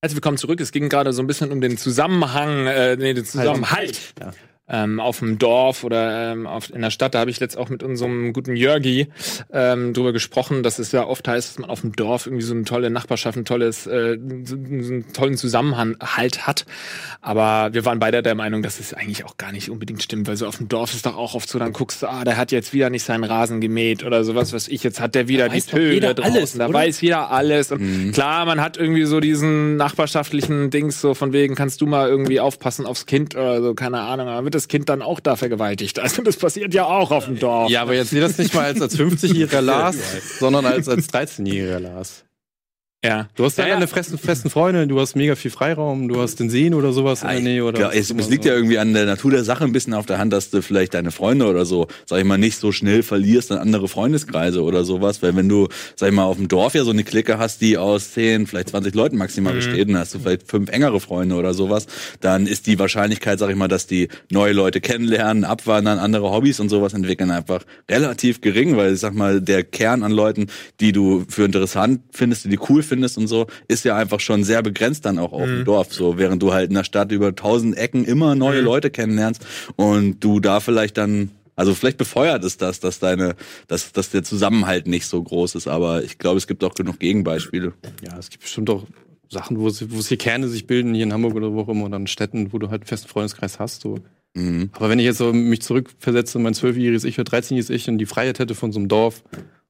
Herzlich willkommen zurück. Es ging gerade so ein bisschen um den Zusammenhang, äh, nee, den Zusammenhalt.
Halt.
Ähm, auf dem Dorf oder ähm, auf, in der Stadt, da habe ich letzt auch mit unserem guten Jörgi ähm, drüber gesprochen, dass es ja oft heißt, dass man auf dem Dorf irgendwie so eine tolle Nachbarschaft, ein tolles, äh, so, so einen tollen Zusammenhalt hat. Aber wir waren beide der Meinung, dass es eigentlich auch gar nicht unbedingt stimmt, weil so auf dem Dorf ist doch auch oft so, dann guckst du, ah, der hat jetzt wieder nicht seinen Rasen gemäht oder sowas, was ich, jetzt hat der wieder die
weiß doch
Töne
jeder
draußen,
alles,
da
oder?
weiß ist jeder alles. Und
Mhm.
klar, man hat irgendwie so diesen nachbarschaftlichen Dings, so von wegen, kannst du mal irgendwie aufpassen aufs Kind oder so, keine Ahnung. Aber wird das Kind dann auch da vergewaltigt? (laughs) Also das passiert ja auch auf dem Dorf.
Ja, aber jetzt sehe das nicht mal (laughs) als, als 50-jähriger Lars, sondern als, als 13-jähriger Lars.
ja.
Du hast ja,
ja.
deine festen, festen Freunde, du hast mega viel Freiraum, du hast den Seen oder sowas in der Nähe oder
Klar,
was
es,
auch immer
es liegt
so.
ja irgendwie an der Natur der Sache ein bisschen auf der Hand, dass du vielleicht deine Freunde oder so, sag ich mal, nicht so schnell verlierst an andere Freundeskreise oder sowas. Weil wenn du, sag ich mal, auf dem Dorf ja so eine Clique hast, die aus 10, vielleicht 20 Leuten
Mhm.
maximal besteht, dann hast du vielleicht fünf engere Freunde oder sowas, dann ist die Wahrscheinlichkeit, sag ich mal, dass die neue Leute kennenlernen, abwandern, andere Hobbys und sowas entwickeln, einfach relativ gering, weil ich sag mal, der Kern an Leuten, die du für interessant findest, die du cool findest und so, ist ja einfach schon sehr begrenzt dann auch auf dem Dorf. So, während du halt in der Stadt über tausend Ecken immer neue Leute kennenlernst und du da vielleicht dann, also vielleicht befeuert es das, dass deine, dass, dass der Zusammenhalt nicht so groß ist, aber ich glaube, es gibt auch genug Gegenbeispiele.
Ja, es gibt bestimmt auch Sachen, wo, es- wo es hier Kerne sich bilden, hier in Hamburg oder wo auch immer, oder in Städten, wo du halt einen festen Freundeskreis hast. So.
Mhm.
Aber wenn ich jetzt so mich zurückversetze, mein 12-jähriges Ich oder 13-jähriges Ich und die Freiheit hätte von so einem Dorf,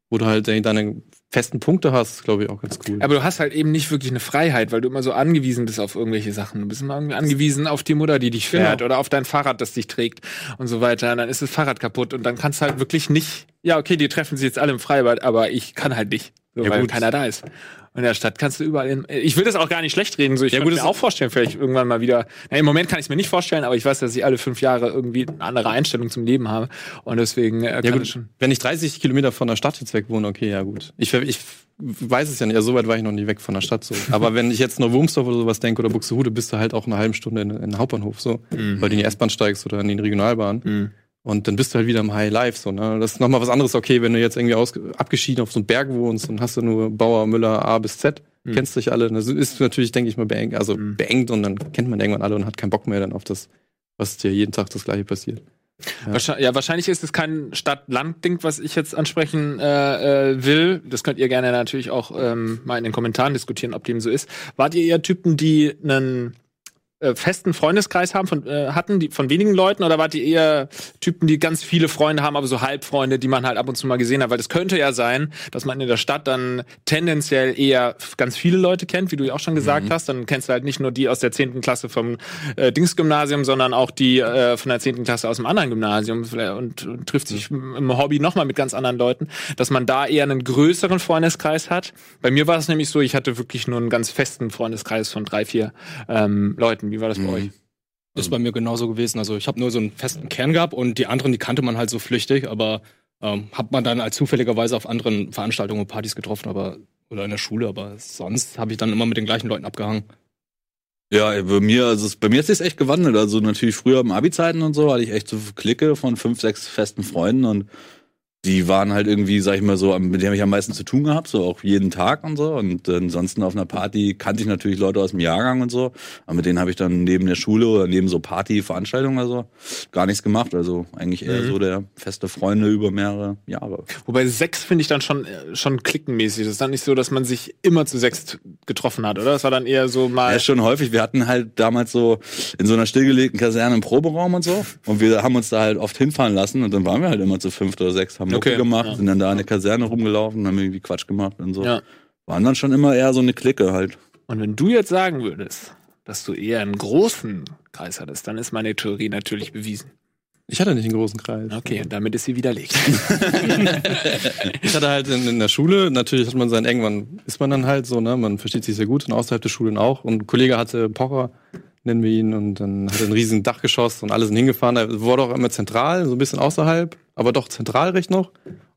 wo du halt deine festen Punkte hast, ist, glaube ich auch ganz cool.
Aber du hast halt eben nicht wirklich eine Freiheit, weil du immer so angewiesen bist auf irgendwelche Sachen. Du bist immer irgendwie angewiesen auf die Mutter, die dich fährt
Genau.
oder auf dein Fahrrad, das dich trägt und so weiter. Und dann ist das Fahrrad kaputt und dann kannst du halt wirklich nicht, ja, okay, die treffen sich jetzt alle im Freibad, aber ich kann halt nicht, so,
Ja,
weil
gut.
keiner da ist. Und in der Stadt kannst du überall in, ich will das auch gar nicht schlecht reden, so ich
Ja,
kann
gut,
mir
das-
auch vorstellen, vielleicht irgendwann mal wieder, na, im Moment kann ich es mir nicht vorstellen, aber ich weiß, dass ich alle fünf Jahre irgendwie eine andere Einstellung zum Leben habe und deswegen äh, kann
Ja,
es
gut,
schon.
wenn ich 30 Kilometer von der Stadt jetzt weg wohne, okay, ja gut. Ich, ver- ich f- weiß es ja nicht, ja, so weit war ich noch nie weg von der Stadt so. Aber wenn ich jetzt nur Wurmsdorf oder sowas denke oder Buxtehude, bist du halt auch eine halbe Stunde in, in den Hauptbahnhof so, weil du in die S-Bahn steigst oder in den Regionalbahn. Und dann bist du halt wieder im High Life. So, ne? Das ist nochmal was anderes, okay, wenn du jetzt irgendwie aus, abgeschieden auf so einem Berg wohnst und hast du nur Bauer, Müller, A bis Z, kennst dich alle. Das ist natürlich, denke ich mal, beengt, also beengt und dann kennt man irgendwann alle und hat keinen Bock mehr dann auf das, was dir jeden Tag das gleiche passiert.
Wahrscheinlich, ja, wahrscheinlich ist es kein Stadt-Land-Ding, was ich jetzt ansprechen äh, äh, will. Das könnt ihr gerne natürlich auch ähm, mal in den Kommentaren diskutieren, ob dem so ist. Wart ihr eher Typen, die einen äh, festen Freundeskreis haben von, äh, hatten, die, von wenigen Leuten, oder wart ihr eher Typen, die ganz viele Freunde haben, aber so Halbfreunde, die man halt ab und zu mal gesehen hat? Weil das könnte ja sein, dass man in der Stadt dann tendenziell eher f- ganz viele Leute kennt, wie du ja auch schon gesagt hast. Dann kennst du halt nicht nur die aus der 10. Klasse vom äh, Dingsgymnasium, sondern auch die äh, von der 10. Klasse aus dem anderen Gymnasium vielleicht und, und trifft sich im im Hobby nochmal mit ganz anderen Leuten, dass man da eher einen größeren Freundeskreis hat. Bei mir war es nämlich so, ich hatte wirklich nur einen ganz festen Freundeskreis von drei, vier ähm, Leuten. Wie war das
Mhm.
bei euch?
Ist bei mir genauso gewesen. Also ich habe nur so einen festen Kern gehabt und die anderen, die kannte man halt so flüchtig, aber ähm, hat man dann als zufälligerweise auf anderen Veranstaltungen und Partys getroffen, aber oder in der Schule, aber sonst habe ich dann immer mit den gleichen Leuten abgehangen.
Ja, ey, bei mir, also es, bei mir ist es echt gewandelt. Also natürlich früher im Abi-Zeiten und so hatte ich echt so Clique von fünf, sechs festen Freunden und die waren halt irgendwie, sag ich mal so, am- mit denen habe ich am meisten zu tun gehabt, so auch jeden Tag und so. Und äh, ansonsten auf einer Party kannte ich natürlich Leute aus dem Jahrgang und so. Aber mit denen habe ich dann neben der Schule oder neben so Partyveranstaltungen oder so gar nichts gemacht. Also eigentlich eher so der feste Freunde über mehrere Jahre.
Wobei sechs finde ich dann schon, äh, schon klickenmäßig. Das ist dann nicht so, dass man sich immer zu sechs getroffen hat, oder? Das war dann eher so mal.
Ja, ist schon häufig. Wir hatten halt damals so in so einer stillgelegten Kaserne einen Proberaum und so. Und wir haben uns da halt oft hinfahren lassen und dann waren wir halt immer zu fünft oder sechs, haben Mucke
Okay,
gemacht,
ja.
sind dann da in der Kaserne rumgelaufen, haben irgendwie Quatsch gemacht und so.
Ja.
Waren dann schon immer eher so eine Clique halt.
Und wenn du jetzt sagen würdest, dass du eher einen großen Kreis hattest, dann ist meine Theorie natürlich bewiesen.
Ich hatte nicht einen großen Kreis.
Mhm.
Okay, und damit ist sie widerlegt.
(laughs)
Ich hatte halt in, in der Schule, natürlich hat man sein, irgendwann ist man dann halt so, ne? Man versteht sich sehr gut und außerhalb der Schulen auch. Und ein Kollege hatte Pocher, nennen wir ihn, und dann hat er ein riesen Dachgeschoss und alle sind hingefahren. Da wurde auch immer zentral, so ein bisschen außerhalb, aber doch zentral recht noch.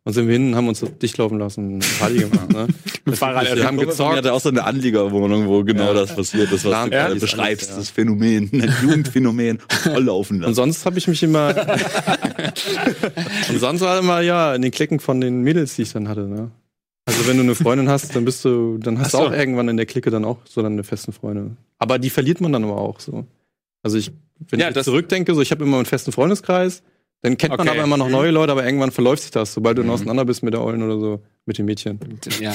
Und sind wir hin und haben uns das dicht laufen lassen und Party gemacht, ne?
(laughs) Mit Fahrrad
Wir haben
Ich
gezockt.
hatte auch so eine Anliegerwohnung, wo genau das passiert ist, was
Lahm-
du gerade
Ja,
beschreibst.
alles, ja.
Das Phänomen, das Jugendphänomen, voll laufen
Und
lassen.
sonst habe ich
(laughs)
mich immer. und sonst war immer, ja, in den Klicken von den Mädels, die ich dann hatte, ne? Also wenn du eine Freundin hast, dann bist du, dann hast
Ach so.
du auch irgendwann in der Clique dann auch so deine festen Freunde. Aber die verliert man dann aber auch so. Also ich, wenn
Ja,
ich
das-
jetzt zurückdenke, so ich habe immer einen festen Freundeskreis, dann kennt man
Okay. Mhm.
aber immer noch neue Leute, aber irgendwann verläuft sich das, sobald du dann auseinander bist mit der Ollen oder so, mit den Mädchen.
Ja.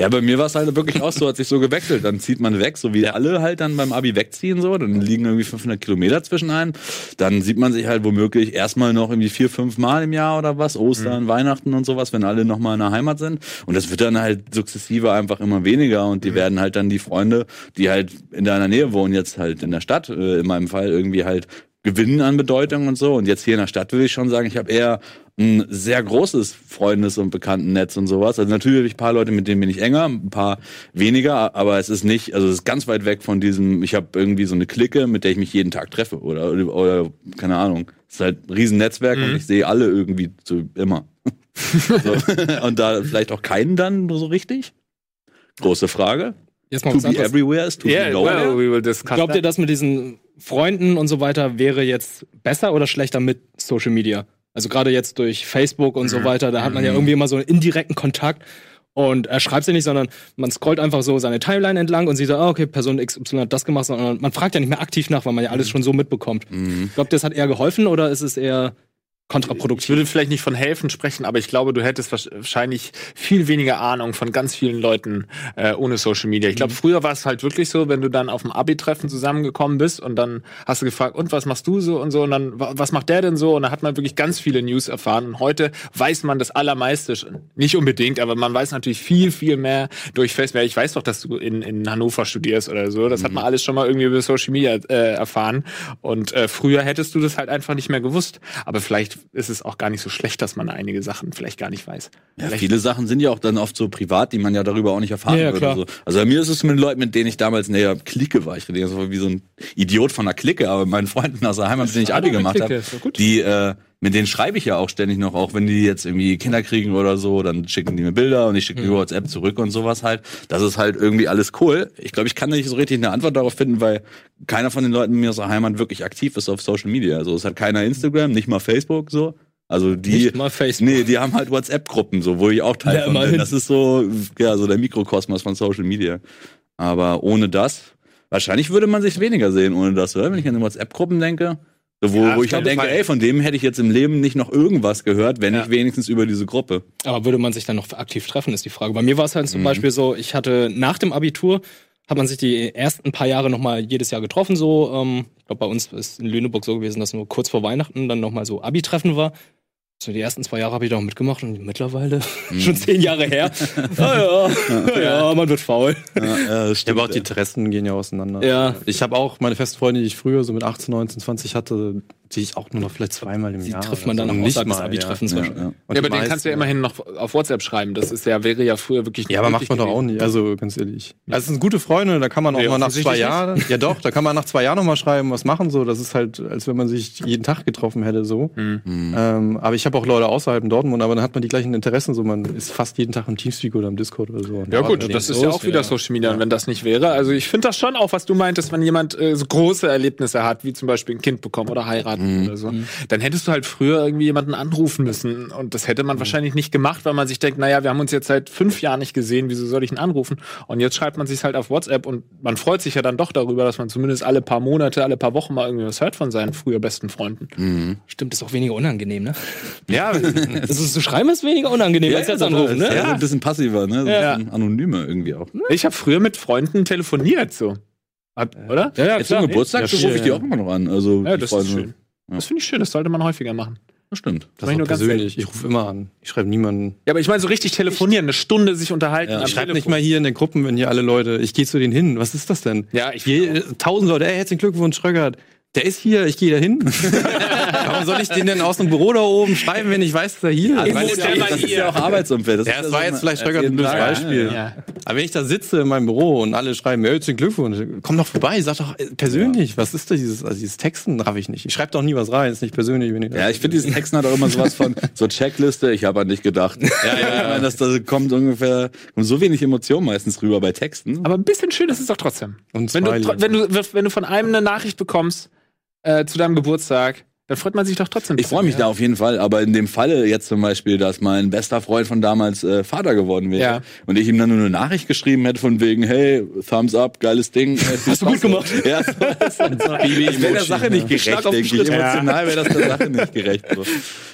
Ja, bei mir war es halt wirklich auch so, hat sich so gewechselt. Dann zieht man weg, so wie alle halt dann beim Abi wegziehen, so. Dann liegen irgendwie 500 Kilometer zwischen ein. Dann sieht man sich halt womöglich erstmal noch irgendwie vier, fünf Mal im Jahr oder was. Ostern, Weihnachten und sowas, wenn alle nochmal in der Heimat sind. Und das wird dann halt sukzessive einfach immer weniger. Und die werden halt dann die Freunde, die halt in deiner Nähe wohnen, jetzt halt in der Stadt, äh, in meinem Fall irgendwie halt gewinnen an Bedeutung und so. Und jetzt hier in der Stadt würde ich schon sagen, ich habe eher ein sehr großes Freundes- und Bekanntennetz und sowas. Also natürlich habe ich ein paar Leute, mit denen bin ich enger, ein paar weniger, aber es ist nicht, also es ist ganz weit weg von diesem, ich habe irgendwie so eine Clique, mit der ich mich jeden Tag treffe oder, oder keine Ahnung. Es ist halt ein Riesennetzwerk
Mhm.
und ich sehe alle irgendwie zu,
(laughs)
immer. so. Und da vielleicht auch keinen dann so richtig? Große Frage.
Jetzt mal
To
was
be
anderes.
everywhere is to be
Yeah, well,
nowhere.
we will discuss
Glaubt ihr,
that.
das mit diesen Freunden und so weiter wäre jetzt besser oder schlechter mit Social Media? Also gerade jetzt durch Facebook und
Mhm.
so weiter, da hat man ja irgendwie immer so einen indirekten Kontakt und er schreibt sie nicht, sondern man scrollt einfach so seine Timeline entlang und sieht so, ah, okay, Person XY hat das gemacht, sondern man fragt ja nicht mehr aktiv nach, weil man ja
Mhm.
alles schon so mitbekommt. Glaubt ihr, das hat eher geholfen oder ist es eher
Ich
kontraproduktiv?
würde vielleicht nicht von helfen sprechen, aber ich glaube, du hättest wahrsch- wahrscheinlich viel weniger Ahnung von ganz vielen Leuten äh, ohne Social Media. Ich glaube, früher war es halt wirklich so, wenn du dann auf dem Abi-Treffen zusammengekommen bist und dann hast du gefragt, und was machst du so und so und dann, wa- was macht der denn so? Und dann hat man wirklich ganz viele News erfahren. Und heute weiß man das allermeiste schon. Nicht unbedingt, aber man weiß natürlich viel, viel mehr durch Facebook. Ich weiß doch, dass du in, in Hannover studierst oder so.
Mhm.
Das hat man alles schon mal irgendwie über Social Media äh, erfahren. Und äh, früher hättest du das halt einfach nicht mehr gewusst. Aber vielleicht ist es auch gar nicht so schlecht, dass man einige Sachen vielleicht gar nicht weiß.
Ja,
vielleicht
viele Sachen sind ja auch dann oft so privat, die man ja darüber auch nicht erfahren
Ja, ja,
würde.
klar.
So. Also bei mir ist es mit Leuten, mit denen ich damals in der Clique war. Ich rede jetzt so wie so ein Idiot von einer Clique, aber mit meinen Freunden aus der Heimat, mit denen ich Abi
eine
gemacht
Ah, Clique,
habe,
ist doch gut.
die, äh, mit denen schreibe ich ja auch ständig noch, auch wenn die jetzt irgendwie Kinder kriegen oder so, dann schicken die mir Bilder und ich
Mhm.
schicke die über WhatsApp zurück und sowas halt. Das ist halt irgendwie alles cool. Ich glaube, ich kann nicht so richtig eine Antwort darauf finden, weil keiner von den Leuten mir aus der Heimat wirklich aktiv ist auf Social Media. Also es hat keiner Instagram, nicht mal Facebook so. Also die
Nicht mal Facebook.
Nee, die haben halt WhatsApp-Gruppen, so wo ich auch Teil
Ja,
von bin.
immerhin.
Das ist so, ja, so der Mikrokosmos von Social Media. Aber ohne das, wahrscheinlich würde man sich weniger sehen ohne das, oder? Wenn ich an die WhatsApp-Gruppen denke. So, wo,
Ja,
wo
auf
ich halt
jeden
denke,
Fall.
ey, von dem hätte ich jetzt im Leben nicht noch irgendwas gehört, wenn nicht wenigstens über diese Gruppe.
Aber würde man sich dann noch aktiv treffen, ist die Frage. Bei mir war es halt
Mhm.
zum Beispiel so, ich hatte nach dem Abitur, hat man sich die ersten paar Jahre nochmal jedes Jahr getroffen, so. Ähm, ich glaube, bei uns ist in Lüneburg so gewesen, dass nur kurz vor Weihnachten dann nochmal so Abi-Treffen war. So die ersten zwei Jahre habe ich da auch mitgemacht und mittlerweile (laughs)
Mhm.
schon zehn Jahre
(laughs)
her. ah, ja. ja, man wird faul.
Ja,
Ja, aber auch die Interessen gehen ja auseinander.
Ja.
Ich habe auch meine festen Freunde, die ich früher so mit 18, 19, 20 hatte, die ich auch nur noch vielleicht zweimal im
Die
Jahr.
trifft
oder
man dann
so.
am
Und
Außerhalb des
mal,
Abi-Treffens
ja,
wahrscheinlich.
ja.
Und
ja,
die
aber den kannst du ja
meisten-
immerhin noch auf WhatsApp schreiben. Das ist ja, wäre ja früher wirklich.
Ja, aber macht
möglich
man doch auch
gewesen.
nicht. Also ganz ehrlich. Also es sind gute Freunde, da kann man auch
Nee,
mal nach
offensichtlich
zwei Jahren. Ja doch, da kann man nach zwei Jahren noch mal schreiben, was machen so. Das ist halt, als wenn man sich jeden Tag getroffen hätte so.
Mhm.
Mhm.
Ähm, aber ich habe auch Leute außerhalb in Dortmund, aber dann hat man die gleichen Interessen so. Man ist fast jeden Tag im Teamspeak oder im Discord oder so.
Ja gut, das
Aber den
ist ja
Soß
auch wieder
wieder.
Social Media. Und wenn das nicht wäre, also ich finde das schon auch, was du meintest, wenn jemand äh, so große Erlebnisse hat, wie zum Beispiel ein Kind bekommen oder heiraten oder so, dann hättest du halt früher irgendwie jemanden anrufen müssen. Und das hätte man wahrscheinlich nicht gemacht, weil man sich denkt, naja, wir haben uns jetzt seit fünf Jahren nicht gesehen, wieso soll ich ihn anrufen? Und jetzt schreibt man sich halt auf WhatsApp und man freut sich ja dann doch darüber, dass man zumindest alle paar Monate, alle paar Wochen mal irgendwie was hört von seinen früher besten Freunden.
Stimmt, ist auch weniger unangenehm,
(laughs)
ne?
Ja,
Also zu schreiben ist weniger unangenehm als jetzt anrufen, ne?
Ja, so ein bisschen passiver, ne? So ein
Ja.
bisschen anonymer irgendwie auch.
ich habe früher mit Freunden telefoniert, so. Hab, oder?
Ja, ja,
Jetzt zum Geburtstag
Ja,
so rufe ich die
ja.
auch immer noch an. Also,
Ja,
die
das ist
Freunde-
schön. Das finde ich schön, das sollte man häufiger machen.
Das stimmt.
Das
mach
ist
ich
auch
nur ganz
persönlich. Ich rufe immer an. Ich schreibe niemanden.
Ja, aber ich meine so richtig telefonieren, eine Stunde sich unterhalten.
Ja.
am
Ich
Schreibt
Telefon.
nicht mal hier in den Gruppen, wenn hier alle Leute. Ich gehe zu denen hin. Was ist das denn?
Ja, ich-
Je, tausend Leute. Ey, herzlichen Glückwunsch, Schröckert. Der ist hier, ich gehe da hin. (laughs) Warum soll ich den denn aus dem Büro da oben schreiben, wenn ich weiß, dass er hier Also
Das
Im
ist ja-
Hotel bei
das ist
ihr.
ja auch Arbeitsumfeld.
Ja,
ist
das
so
war
eine-
jetzt vielleicht Schröckert ein
jeden
blödes
Tag, ja,
Beispiel.
ja.
Aber wenn ich da sitze in meinem Büro und alle schreiben, mir, herzlichen Glückwunsch, komm doch vorbei, sag doch äh, persönlich, was ist da dieses, also dieses Texten raff ich nicht. Ich schreibe doch nie was rein, ist nicht persönlich. Wenn ich
Ja, ich finde, diesen Texten hat auch immer sowas von so Checkliste, ich habe an dich gedacht. Ja, ja, ja. Das, das kommt ungefähr kommt so wenig Emotion meistens rüber bei Texten.
Aber ein bisschen schön ist es doch trotzdem.
Und
wenn, du,
Smiley.
tro- wenn, du, wenn du von einem eine Nachricht bekommst äh, zu deinem Geburtstag, dann freut man sich doch trotzdem. ein
Ich freue
bisschen.
mich da auf jeden Fall, aber in dem Falle jetzt zum Beispiel, dass mein bester Freund von damals äh, Vater geworden wäre
Ja.
und ich ihm dann nur eine Nachricht geschrieben hätte von wegen, hey, Thumbs up, geiles Ding. äh, viel
Hast du gut
Spaß.
gemacht.
Ja, so, das wäre der Sache nicht gerecht,
Schlag auf
denke
den
ich.
Schritt.
Emotional wäre das der Sache nicht gerecht. So.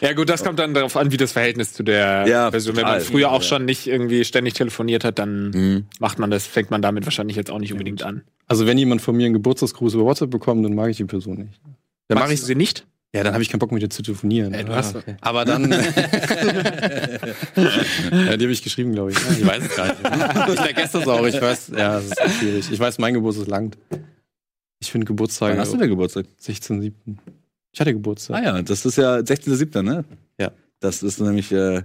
Ja gut, das kommt dann darauf an, wie das Verhältnis zu der
Ja,
Person. Wenn man
total.
früher auch
Ja.
schon nicht irgendwie ständig telefoniert hat, dann
Mhm.
macht man das, fängt man damit wahrscheinlich jetzt auch nicht unbedingt an.
Also wenn jemand von mir einen Geburtstagsgruß über WhatsApp bekommt, dann mag ich die Person nicht. Dann mag
Magst
ich,
du sie nicht?
ja, dann habe ich keinen Bock mit dir zu telefonieren.
Ey, du
Ah,
hast-
okay. Aber dann, ja, die habe ich geschrieben,
(laughs)
glaube ich. Ich weiß es gar nicht. Ich vergesse das auch. Ich weiß, ja, das ist schwierig. Ich weiß, mein Geburtstag langt. Ich finde Geburtstage
Wann hast du denn Geburtstag?
16.7. Ich hatte Geburtstag.
Ah ja, das ist ja 16.07., ne?
Ja.
Das ist nämlich äh,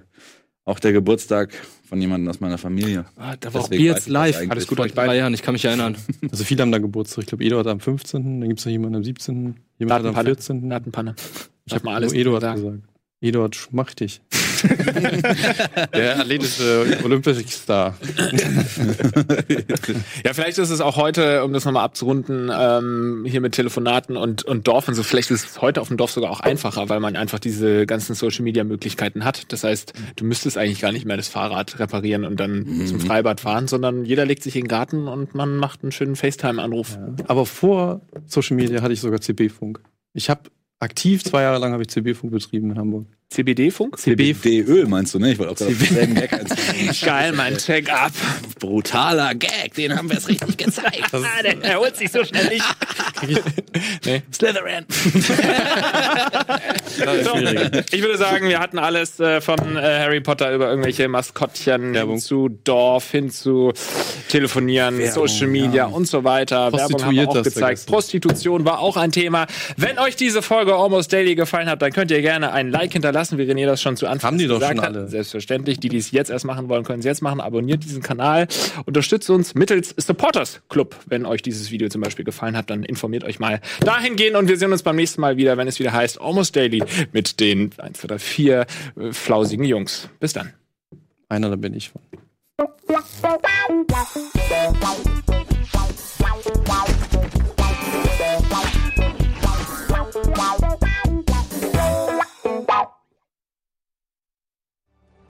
auch der Geburtstag von jemandem aus meiner Familie.
Ah, da war auch
Deswegen
Bier
weiß
jetzt
ich das
live.
eigentlich.
Alles gut, euch drei Jahren, ich kann mich erinnern.
Also viele haben da Geburtstag. Ich glaube, Eduard am 15., dann gibt es noch jemanden am 17., jemand hat am
Datenpanne.
14.
Datenpanne. Ich habe mal alles
Nur Eduard
gesagt.
gesagt. Eduard, mach
(laughs)
dich. Der athletische olympische Star.
Ja, vielleicht ist es auch heute, um das nochmal abzurunden, ähm, hier mit Telefonaten und, und Dorf und so, vielleicht ist es heute auf dem Dorf sogar auch einfacher, weil man einfach diese ganzen Social-Media-Möglichkeiten hat. Das heißt, du müsstest eigentlich gar nicht mehr das Fahrrad reparieren und dann zum Freibad fahren, sondern jeder legt sich in den Garten und man macht einen schönen FaceTime-Anruf.
Aber vor Social Media hatte ich sogar CB-Funk. Ich habe aktiv zwei Jahre lang habe ich CB-Funk betrieben in Hamburg.
CBD-Funk?
CB
DÖ meinst du, ne? Ich wollte auch gerade auf denselben Gag einzugehen. (laughs)
Geil, mein Check-up.
Brutaler Gag, den haben wir es richtig gezeigt.
Ah, der erholt sich so schnell nicht. nee.
Slytherin.
So, ich würde sagen, wir hatten alles äh, von äh, Harry Potter über irgendwelche Maskottchen hin zu Dorf, hin zu Telefonieren, Social Media und so weiter. Werbung haben wir
Prostituiert
auch
hast du
gezeigt.
vergessen.
Prostitution war auch ein Thema. Wenn euch diese Folge Almost Daily gefallen hat, dann könnt ihr gerne ein Like hinterlassen, wie René das schon zu Anfang
Haben die doch
gesagt
schon
hat.
alle.
Selbstverständlich. Die, die es jetzt erst machen wollen, können es jetzt machen. Abonniert diesen Kanal. Unterstützt uns mittels Supporters Club. Wenn euch dieses Video zum Beispiel gefallen hat, dann informiert informiert euch mal dahingehend und wir sehen uns beim nächsten Mal wieder, wenn es wieder heißt Almost Daily mit den eins oder vier äh, flausigen Jungs. Bis dann.
Einer, da bin ich von.